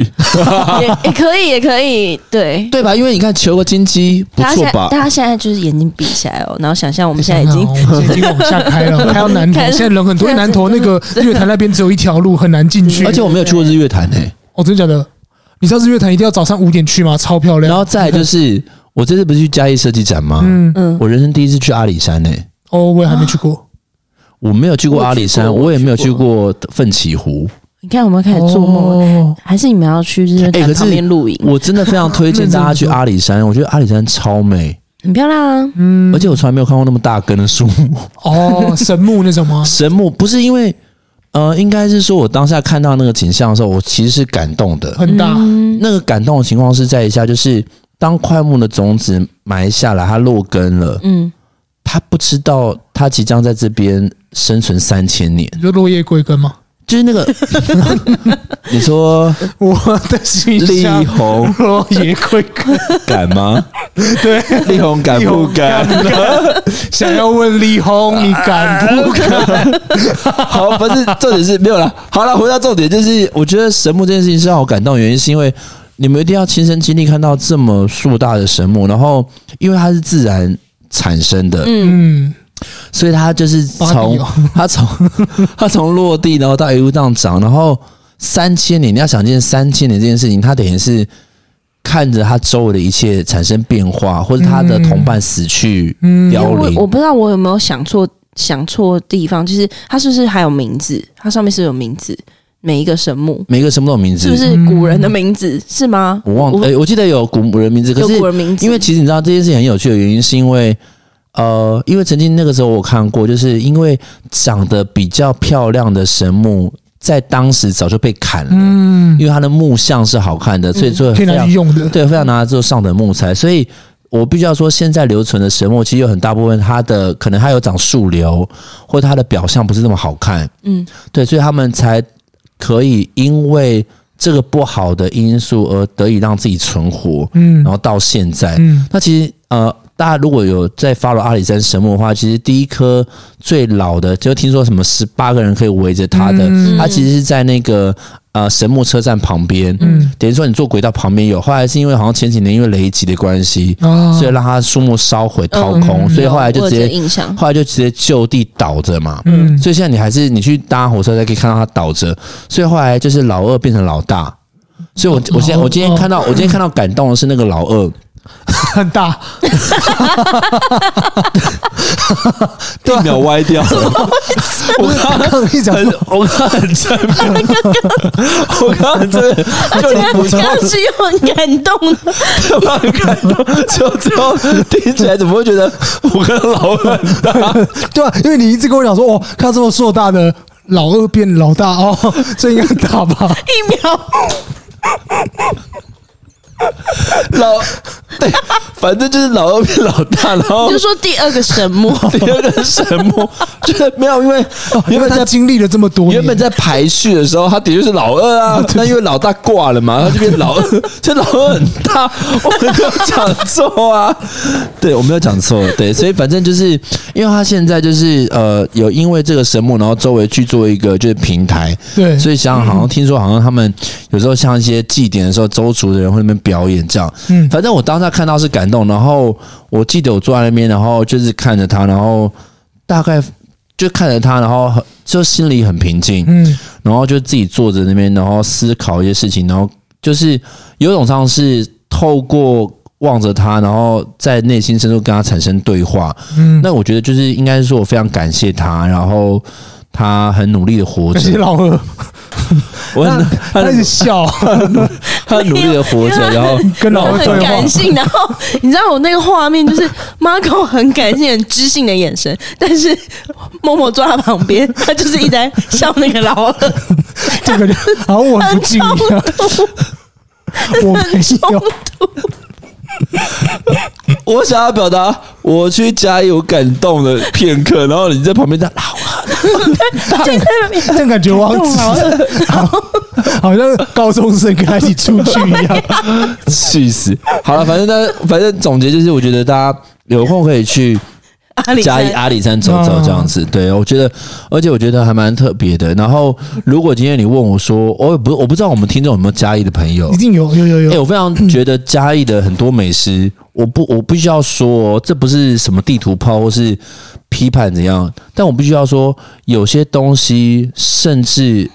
也也可以，也可以，对。对吧？因为你看求个金鸡不大家错现在吧？大家现在就是眼睛闭起来哦，然后想象我们现在已经哎我们现在已经往下开 了，开到南头，开了现在人很多，因为南头那个月台那边只有一条路，很难进去 而。且我没有去过日月潭诶、哦，真的假的？你知道日月潭一定要早上五点去吗？超漂亮。然后再来就是我这次不是去嘉义设计展吗？嗯，嗯，我人生第一次去阿里山诶、哦，我也还没去过。我没有去过阿里山，我我也有去过没有去过奋起湖。你看我们开始做梦了，哦，还是你们要去日月哎可潭是旁边露营？我真的非常推荐那真的大家去不错阿里山，我觉得阿里山超美，很漂亮啊，嗯而，且我从来没有看过那么大根的树木。哦，神木那 种吗？神木不是因为，呃，应该是说我当下看到那个景象的时候，我其实是感动的。很大，嗯那个感动的情况是在一下，就是当块木的种子埋下来，它落根了，嗯，它不知道它即将在这边生存三千年，你说落叶归根吗？就是那个， 你说我的心力想宏 落叶归根，敢 吗？对，力宏敢不敢？不敢？想要问李红，你敢不敢？好，不是重点是没有了。好了，回到重点，就是我觉得神木这件事情是让我感动，的原因是因为你们一定要亲身经历看到这么硕大的神木，然后因为它是自然产生的，嗯，所以它就是芭比从哦它从 它从落地，然后到一路这样长，然后三千年，你要想见三千年这件事情，它等于是看着它周围的一切产生变化，或者它的同伴死去、嗯凋我零我。不知道我有没有想错想错地方，就是它是不是还有名字？它上面是有名字，每一个神木每个神木都有名是不字，是古人的名字？是吗？我忘，哎、我记得有古人名字，可有是古人名字，因为其实你知道这件事情很有趣的原因，是因为呃，因为曾经那个时候我看过，就是因为长得比较漂亮的神木，在当时早就被砍了，嗯，因为它的木像是好看的，嗯所以做得可以非拿常去用的。对非常拿来做上等木材，所以。我必须要说，现在留存的神木其实有很大部分它的可能它有长树瘤，或者它的表象不是那么好看，嗯，对，所以他们才可以因为这个不好的因素而得以让自己存活，嗯然后到现在，嗯，那其实呃，大家如果有在 follow 阿里山神木的话，其实第一棵最老的，就听说什么十八个人可以围着它的，嗯它其实是在那个呃神木车站旁边，嗯等于说你坐轨道旁边有。后来是因为好像前几年因为雷击的关系，啊，所以让它树木烧毁掏空，嗯所以后来我就有直这个接印象， 后来就直接就地倒着嘛。嗯，所以现在你还是你去搭火车才可以看到它倒着，所以后来就是老二变成老大，所以哦我我现在我今天看到我今天看到感动的是那个老二，很大，地秒歪 掉了。我刚刚一讲很，我刚很正面，我刚很正面，就你补充，刚是又很感动的，我刚很感动，就之后听起来怎么会觉得我跟老二很搭？对啊，因为你一直跟我讲说，哦，看到这么硕大的老二变老大哦， 这应该很大吧？一秒老对，反正就是老二变老大，然后就说第二个神 木，第二个神木，就是没哦有，因为因 为原本他在。经历了这么多年，原本在排序的时候，他的确是老二啊，但因为老大挂了嘛，他就变老 二，这老二很大，我们没有讲错啊， 对，我没有讲错，对，所以反正就是因为他现在就是呃，有因为这个神木，然后周围去做一个就是平台，对，所以想想好像听说好像他们有时候像一些祭典的时候，周族的人会在那边表演这样，嗯反正我当下看到是感动，然后我记得我坐在那边，然后就是看着他，然后大概就看着他，然后很就心里很平静，嗯然后就自己坐着那边，然后思考一些事情，然后就是有种像是透过望着他，然后在内心深处跟他产生对话。嗯，那我觉得就是应该是说我非常感谢他，然后他很努力的活那些着，老二，我很他 他一直很 笑，他很努力的活着，然后跟老二很对感话，性，然后你知道我那个画面就是 Marco 很感性、很知性的眼神，但是默默坐在他旁边，他就是一直在笑那个老二，这个就好像我很很不敬冲一样，突，我很冲没有，突。我想要表达我去嘉义有感动的片刻，然后你在旁边在老二就在那边这样感觉我好像动老只二，啊好像高中生跟他一起出去一 样，气死。好了，反正大家反正总结就是，我觉得大家有空可以去阿里嘉山义阿里啊山走走这样嗯子。对，我觉得，而且我觉得还蛮特别的。然后，如果今天你问我说，我也不我不知道我们听众有没有嘉义的朋友一，定有有有哎、有，我非常觉得嘉义的很多美食，我不我必须要说、哦，这不是什么地图炮或是批判怎样，但我必须要说，有些东西甚至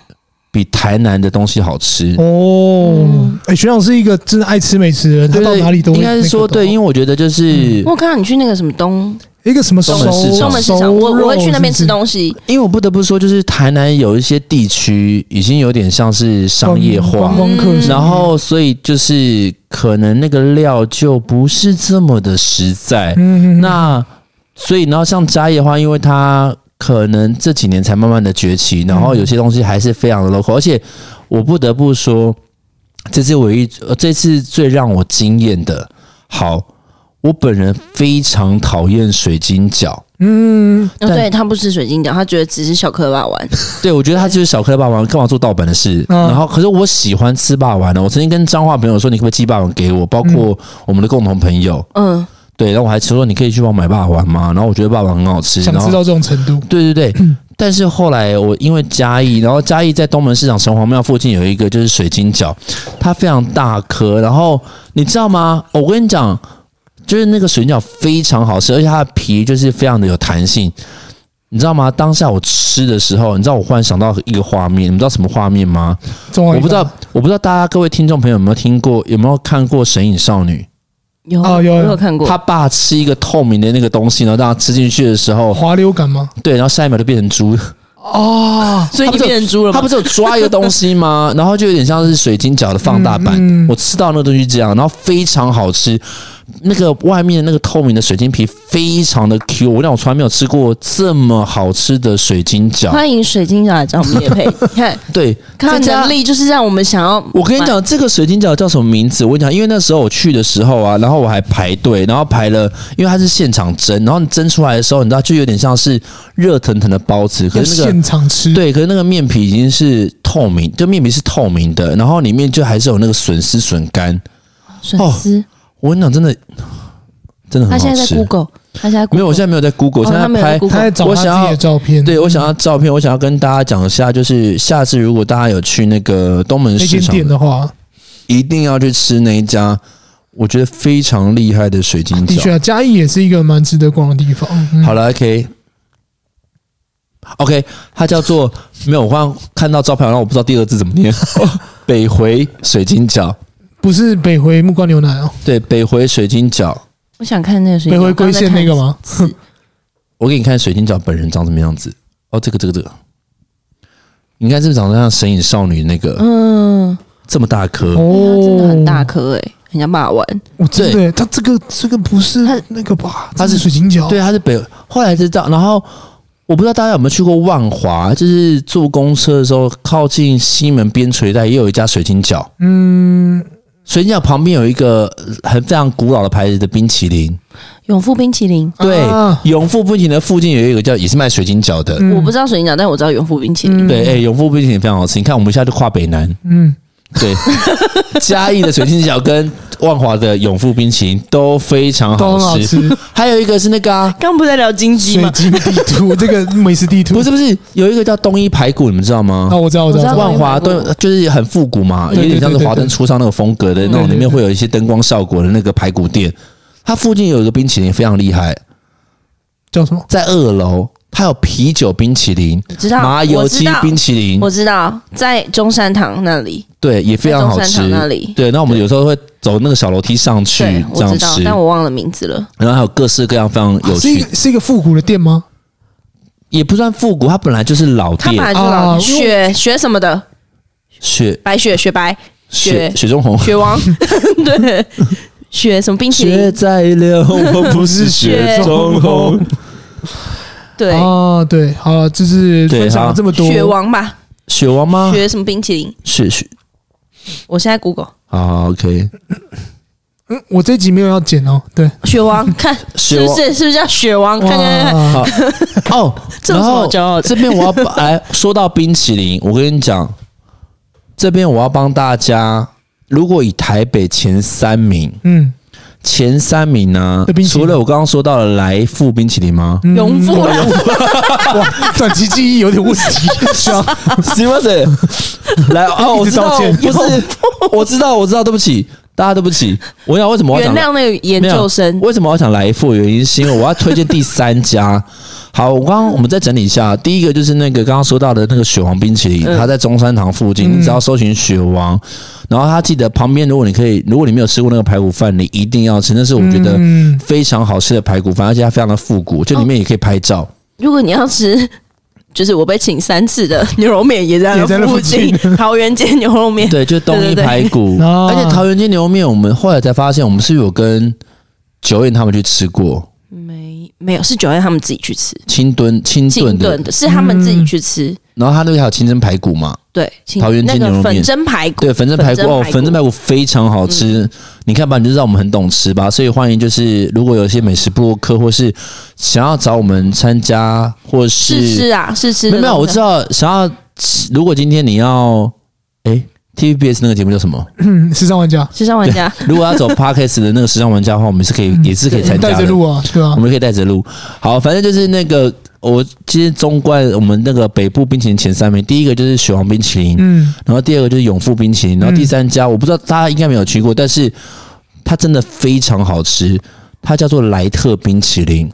比台南的东西好吃。哦，哎、学长是一个真的爱吃美食的人，他嗯对到哪里都会应该是说对，因为为我觉得就是、嗯我有看到你去那个什么哦东一个什么熟东门市场东门市场，我我会去那边吃西。东西。因为我不得不说，就是台南有一些地区已经有点像是商业化观，光客，然后所以就是可能那个料就不是这么的实在。嗯，嗯那所以，然后像嘉义的话，因为它可能这几年才慢慢的崛起，然后有些东西还是非常嗯的 local，而且我不得不说，这次唯一呃这次最让我惊艳的，好，我本人非常讨厌水晶饺，嗯，哦，但对他不吃水晶饺，他觉得只是小可把玩。对，我觉得他就是小颗霸王，干嘛做盗版的事？嗯然后，可是我喜欢吃霸王呢。我曾经跟彰化朋友说，你可不可以寄霸王给我？包嗯括我们的共同朋友，嗯，对。然后我还说，你可以去帮我买霸王吗？然后我觉得霸王很好吃，想然后吃到这种程度，对对对。但是后来我因为嘉义，然后嘉义在东门市场城隍庙附近有一个就是水晶饺，它非常大颗，然后你知道吗？我跟你讲，就是那个水晶饺非常好吃，而且它的皮就是非常的有弹性。你知道吗？当下我吃的时候，你知道我忽然想到一个画面，你们知道什么画面吗？中华一番我不知道，我不知道大家各位听众朋友有没有听过，有没有看过《神隐少女有哦有我有有看》？过。他爸吃一个透明的那个东西，然后让他吃进去的时候，滑溜感吗？对，然后下一秒就变成猪。哦，所以 他你不是变成猪了它吗不？是有抓一个东 西吗？然后就有点像是水晶饺的放大版。嗯嗯我吃到那个东西这样，然后非常好吃，那个外面的那个透明的水晶皮非常的 Q，我让我从来没有吃过这么好吃的水晶饺。欢迎水晶饺来找我们叶 配，你看对，啊看这到家能力就是让我们想要。我跟你，讲，这个水晶饺叫什么名字？我跟你讲，因为那时候我去的时候啊，然后我还排队，然后排了，因为它是现场蒸，然后你蒸出来的时候，你知道就有点像是热腾腾的包子，可要是那个现场吃，对，可是那个面皮已经是透明，就面皮是透明的，然后里面就还是有那个笋丝、笋干。损失。我跟你讲，真的，真的他哦很现好在在吃。 Google，他现在没有，我现在在没有在 Google，、我哦他现没在他有在拍。Google 在找我他想自己要的照片，对，我想要照片，我想要跟大家讲一下，就是下次如果大家有去那个东门那市间场，店的话，一定要去吃那一家，我觉得非常厉害的水晶的确饺。啊，嘉义也是一个蛮值得逛的地方。嗯好了，OK。OK，它叫做没有，我刚刚看到招牌，然后我不知道第二字怎么 念。北回水晶饺，不是北回木瓜牛奶哦，对，北回水晶饺，我想看那个水北晶饺，回归线那个吗？我给你看水晶饺本人长什么样子。哦，这个这个这个，你看是不是长得像神隐少女那个、嗯，这么大颗？它哦，真的很大，颗哎，很像骂嗯完。我真的，它这个这个不是那个吧？它它是是水晶饺，对，，它是北。后来知道，然后我不知道大家有没有去过万华，就是坐公车的时候，靠近西门边陲带也有一家水晶饺。嗯，水晶饺旁边有一个呃很非常古老的牌子的冰淇淋，永富冰淇淋，对，啊永富冰淇淋的附近有一个叫也是卖水晶饺的。嗯我不知道水晶饺，但我知道永富冰淇淋。对，哎、永富冰淇淋非常好吃。你看，我们一下就跨北南，嗯，对，嘉义的水晶饺跟万华的永富冰淇淋都非常都好很吃。好吃。还有一个是那个啊，刚不是在聊金鸡水吗？晶地图这个美食地图，不是不是，有一个叫东一排骨，你们知道吗啊，？我知道，我知我知道道，万华都就是很复古嘛，对有对点像是对对华灯初上那种风格的那种，对对里面会有一些灯光效果的那个排骨店。它附近有一个冰淇淋非常厉害，叫什么？在二楼，它有啤酒冰淇淋、知道，麻油我知鸡道冰淇淋我，知道，在中山堂那里，对，也非常好在中吃山堂那里。对，那我们有时候会走那个小楼梯上去对，这我样知道吃，，但我啊忘了名字了。然后还有各式各样非常有是一趣个是一个复古的店吗？也不算复古，它本来就是老他店本，来就老啊雪雪什么的，雪白雪雪白雪雪雪中红，雪王， 对，雪什么冰淇雪淋，在流，我不是雪雪中红，对，啊，对，好了，就是对分享好了这么多，雪王吧，雪王吗？雪什么冰淇淋？雪雪我现在 Google 啊，OK，嗯，我这集没有要剪哦，对，雪王，看雪是不王是是不是叫雪王？看看看看，哇，哦。这有然什么好后骄傲的这边我要把哎，说到冰淇淋，我跟你讲，这边我要帮大家，如果以台北前三名，嗯，前三名呢、的冰淇淋除了我刚刚说到的来富冰淇淋吗？ 荣富啦，哇，短期记忆有点问题，需要 是不是？ 来哦，我一直知道道歉，不是，我知道，我知道，对不起，大家对不起。我想为什么我要原讲谅那个研没有究生，为什么我要想来富？原因是因为我要推荐第三家。好，我刚刚我们再整理一下，第一个就是那个刚刚说到的那个雪王冰淇嗯淋，它在中山堂附近，你只要搜寻雪王，然后它记得旁边，如果你可以，如果你没有吃过那个排骨饭，你一定要吃，那是我觉得嗯非常好吃的排骨饭，而且它非常的复哦古，就里面也可以拍照。如果你要吃。就是我被请三次的 牛肉面也在也在那那附附近近，桃园街牛肉面。对，就是东一对对排骨，哦而且桃园街牛肉面，我们后来才发现，我们是有跟九燕他们去吃过没没有，是九月他们自己去吃，清炖清清炖的，炖的是他们自己去吃。然后他那个还有清蒸排骨嘛，对，清桃园那煎牛肉个粉面哦蒸排骨，嗯对，粉蒸排骨哦，粉蒸排排骨非常好吃。你看吧，你就知道我们很懂吃吧，所以欢迎就是如果有一些美食部落客，或是想要找我们参加，或是是吃啊，是吃没的。有没有，我知道想要吃，如果今天你要诶 TVBS 那个节目叫什么？嗯，时尚玩家时尚玩家， 如果要走 Parkes 的那个时尚玩家的话，我们是可以也是可以参加带的着。路啊，对吧我？们可以带着录。好，反正就是那个，我今天中冠我们那个北部冰淇淋前三名，第一个就是雪王冰淇淋，嗯，然后第二个就是永富冰淇淋，然后第三家、我不知道大家应该没有去过，但是它真的非常好吃，它叫做莱特冰淇淋。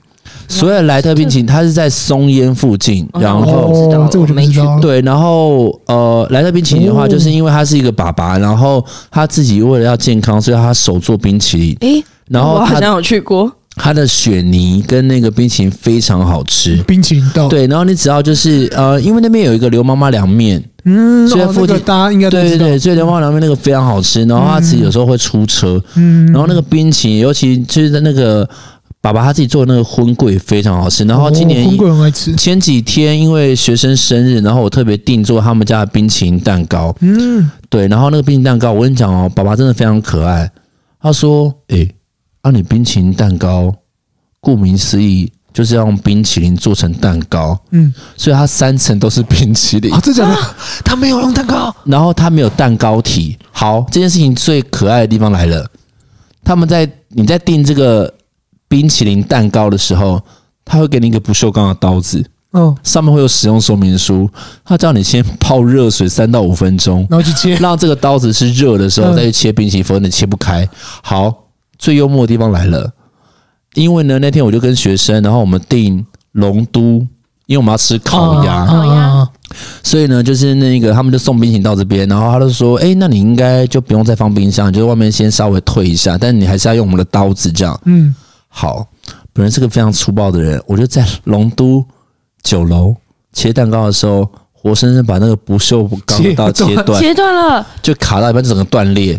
所谓的莱特冰淇淋，它是在松烟附近，哦然我后知道哦了这我就不知道了。对，然后呃，莱特冰淇淋的话，哦就是因为他是一个爸爸，然后他自己为了要健康，所以他手做冰淇淋，诶，然后我好他像有去过，它的雪泥跟那个冰淇淋非常好吃。冰淇淋道，对，然后你只要就是呃，因为那边有一个刘妈妈凉面，嗯，所以哦附那个近大家应该都对对知道，对，所以刘妈妈凉面那个非常好吃。然后他自己有时候会出车，嗯然，后那个冰淇淋，尤其就是那个爸爸他自己做的那个荤桂也非常好吃。然后今哦年荤贵很爱吃，前几天因为学生生日，然后我特别订做他们家的冰淇淋蛋糕，嗯，对，然后那个冰淇淋蛋糕，我跟你讲哦，爸爸真的非常可爱。他说：“诶、啊，你冰淇淋蛋糕，顾名思义就是要用冰淇淋做成蛋糕，嗯，所以它三层都是冰淇淋啊，，这假的？他没有用蛋糕，然后它没有蛋糕体。好，这件事情最可爱的地方来了，他们在你在订这个冰淇淋蛋糕的时候，他会给你一个不锈钢的刀子，嗯，上面会有使用说明书，他叫你先泡热水三到五分钟，然后去 切，让这个刀子是热的时候嗯再去切冰淇淋，否则你切不开。好，最幽默的地方来了，因为呢那天我就跟学生，然后我们订龙都，因为我们要吃烤鸭，啊啊啊所以呢就是那个他们就送冰淇淋到这边，然后他就说，哎、那你应该就不用再放冰箱，你就是外面先稍微退一下，但你还是要用我们的刀子这样。嗯，好，本人是个非常粗暴的人，我就在龙都酒楼切蛋糕的时候。活生生把那个不锈钢的刀切切断，切断了，就卡到一半，就整个断裂。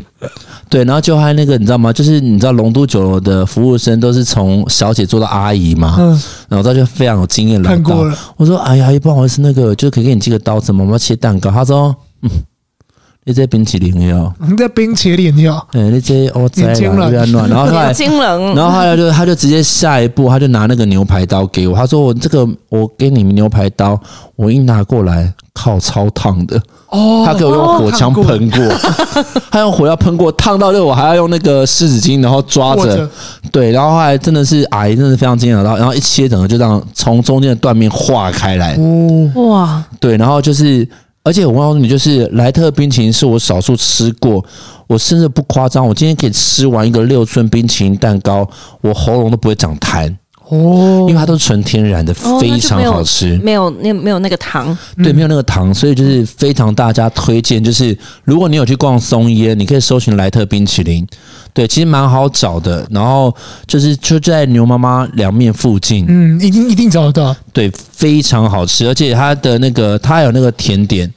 对，然后就还那个你知道吗？就是你知道龙都酒楼的服务生都是从小姐做到阿姨嘛，嗯，然后他就非常有经啊验老看道过。了，我说：“哎呀，阿姨不好意思，那个就可以给你寄个刀子吗？我们要切蛋糕。”他说：“嗯， 你这冰淇淋哟，你在冰切脸要，哎、你这我在 年轻啦，人不要乱。”然后后来年轻人，然后他就他就直接下一步，他就拿那个牛排刀给我，他说：“我这个我给你们牛排刀，我一拿过来，靠，超烫的。”哦，他给我用火枪喷过， 他用火药喷过，烫到就我还要用那个湿纸巾，然后抓握着，，对，然后后来真的是阿姨真的非常惊讶，然后然后一切整个就这样从中间的断面化开来，哦，哇，对，然后就是，而且我告诉你，就是莱特冰淇淋是我少数吃过，我甚至不夸张，我今天可以吃完一个六寸冰淇淋蛋糕，我喉咙都不会长痰，因为哦，它都是纯天然的，哦那就非常没有嗯好吃。没有那没有那个糖，对，没有那个糖，所以就是非常大家推荐。就是如果你有去逛松烟，你可以搜寻莱特冰淇淋，对，其实蛮好找的。然后就是就在牛妈妈凉面附近，嗯，一定一定找得到，对，非常好吃，而且它的那个它有那个甜点，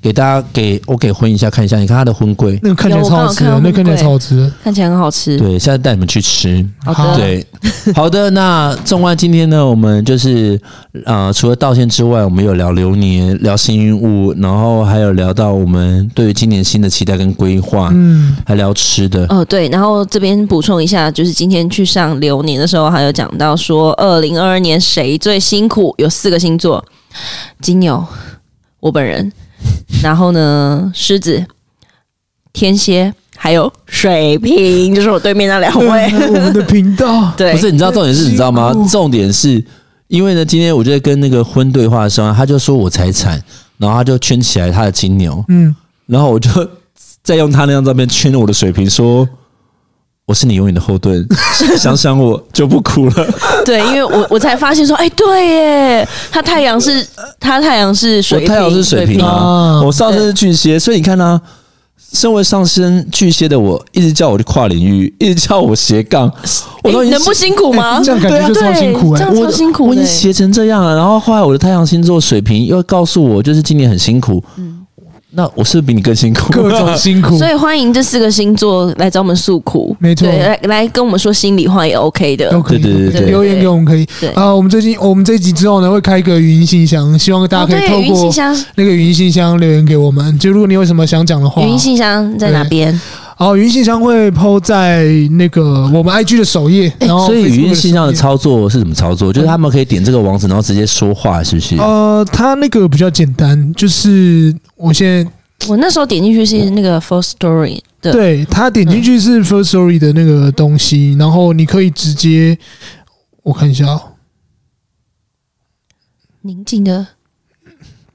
给大家给我给荤一下看一下，你看它的荤贵，那个看起来超好吃的，那看起来超好吃的，看起来很好吃。对，下次带你们去吃。好好的，对，好的，那纵观今天呢，我们就是呃，除了道歉之外，我们有聊流年，聊幸运物，然后还有聊到我们对于今年新的期待跟规划，嗯， 还聊吃的。哦对，然后这边补充一下，就是今天去上流年的时候，还有讲到说，二零二二年谁最辛苦？有四个星座：金牛，我本人，然后呢，狮子、天蝎，还有水瓶，就是我对面那两位。 我们的频道 对，不是，你知道重点是，你知道吗辛苦？重点是因为呢，今天我就在跟那个婚对话的时候，他就说我财产，然后他就圈起来他的金牛，嗯，然后我就 再用他那张照片圈了我的水瓶，说我是你永远的后盾， 想想我就不哭了。对，因为我我才发现说，哎、对耶，他太阳是他太阳是水我瓶，太阳是水瓶啊，水瓶我上升是巨蟹，所以你看啊，身为上升巨蟹的我，一直叫我去跨领域，一直叫我斜杠，我哎都已经能不辛苦吗？这样感对啊觉就超对辛苦哎、这样我超辛苦我已的欸经斜成这样了。然后后来我的太阳星座水瓶又告诉我，就是今年很辛苦。嗯那我是不是比你更辛苦，各 种辛苦。所以欢迎这四个星座来找我们诉苦，没错对，来哎来跟我们说心里话也 OK 的都。可以，对都对对可以对留言给我们可以对。啊，我们最近我们这一集之后呢，会开一个语音信箱，希望大哦，家可对，以透语音过信箱，那个语音信箱留言给我们。就如果你有什么想讲的话，语音信箱在哪对边？哦，语音信箱会抛在那个我们 IG 的首页，哎然哦后所以 Facebook 语音信箱的首页。操作是怎么操作？就是他们可以点这个网址，然后直接说话，是不是？哦呃，它那个比较简单，就是我现在我那时候点进去是那个 Full Story 的，嗯对它点进去是 First Story 的那个东西，然后你可以直接我看一下哦，宁静的。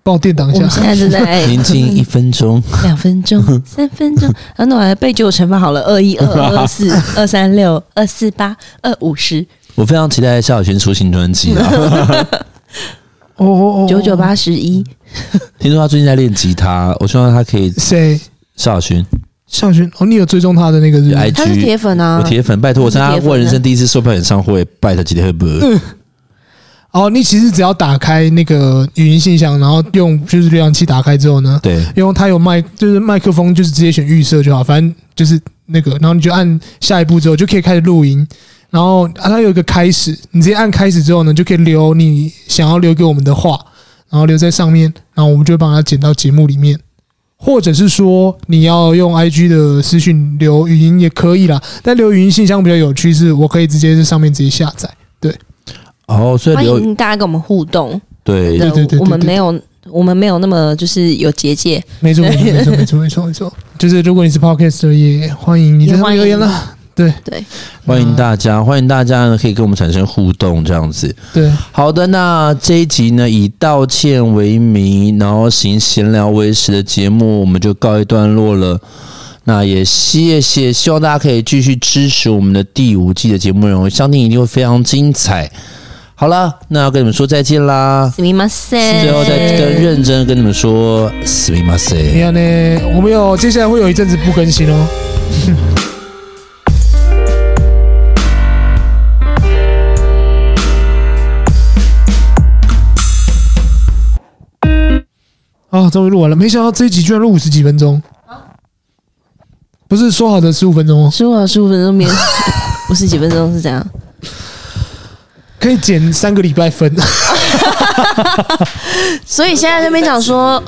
帮我垫档一我下们。现在正 在宁静一分钟，两分钟、三分钟，啊，那我来背九乘法好了，二一、二二、二四、二三六、二四八、二五十、我非常期待萧亚轩出新专辑 啊！哦哦哦，九九八十一。听说他最近在练吉他，我希望他可以谁？萧亚轩夏轩哦，你有追踪他的那个是不有是？他是 IG，铁粉啊我，铁粉，拜托我参他加是铁粉啊万人生第一次售票演唱会，拜托吉他 会不？哦，你其实只要打开那个语音信箱，然后用就是浏览器打开之后呢，对，因为它有麦，就是麦克风，就是直接选预设就好，反正就是那个，然后你就按下一步之后就可以开始录音，然后、啊、它有一个开始，你直接按开始之后呢，就可以留你想要留给我们的话，然后留在上面，然后我们就会帮它剪到节目里面。或者是说你要用 IG 的私讯留语音也可以啦，但留语音信箱比较有趣，是我可以直接在上面直接下载。哦，所以欢留迎嗯大家跟我们互动。对对对对对我们没有，我们没有那么就是有结界，没错，没错，没错，没错，没错，没错。就是如果你是 podcaster，也欢迎你在上面留言啦。对对，欢迎大家，欢迎大家呢可以跟我们产生互动，这样子。对，好的，那这一集呢以道歉为名，然后行闲聊为实的节目，我们就告一段落了。那也谢谢，希望大家可以继续支持我们的第五季的节目内容，相信一定会非常精彩。好了，那要跟你们说再见啦。すみません。最后再跟认真跟你们说，すみません你。看呢，我们有接下来会有一阵子不更新哦。 啊，终于录完了！没想到这一集居然录五十几分钟，不是说好的十五分钟哦，十五到十五分钟边，五十几分钟是这样。可以减三个礼拜分。所以现在那边讲说，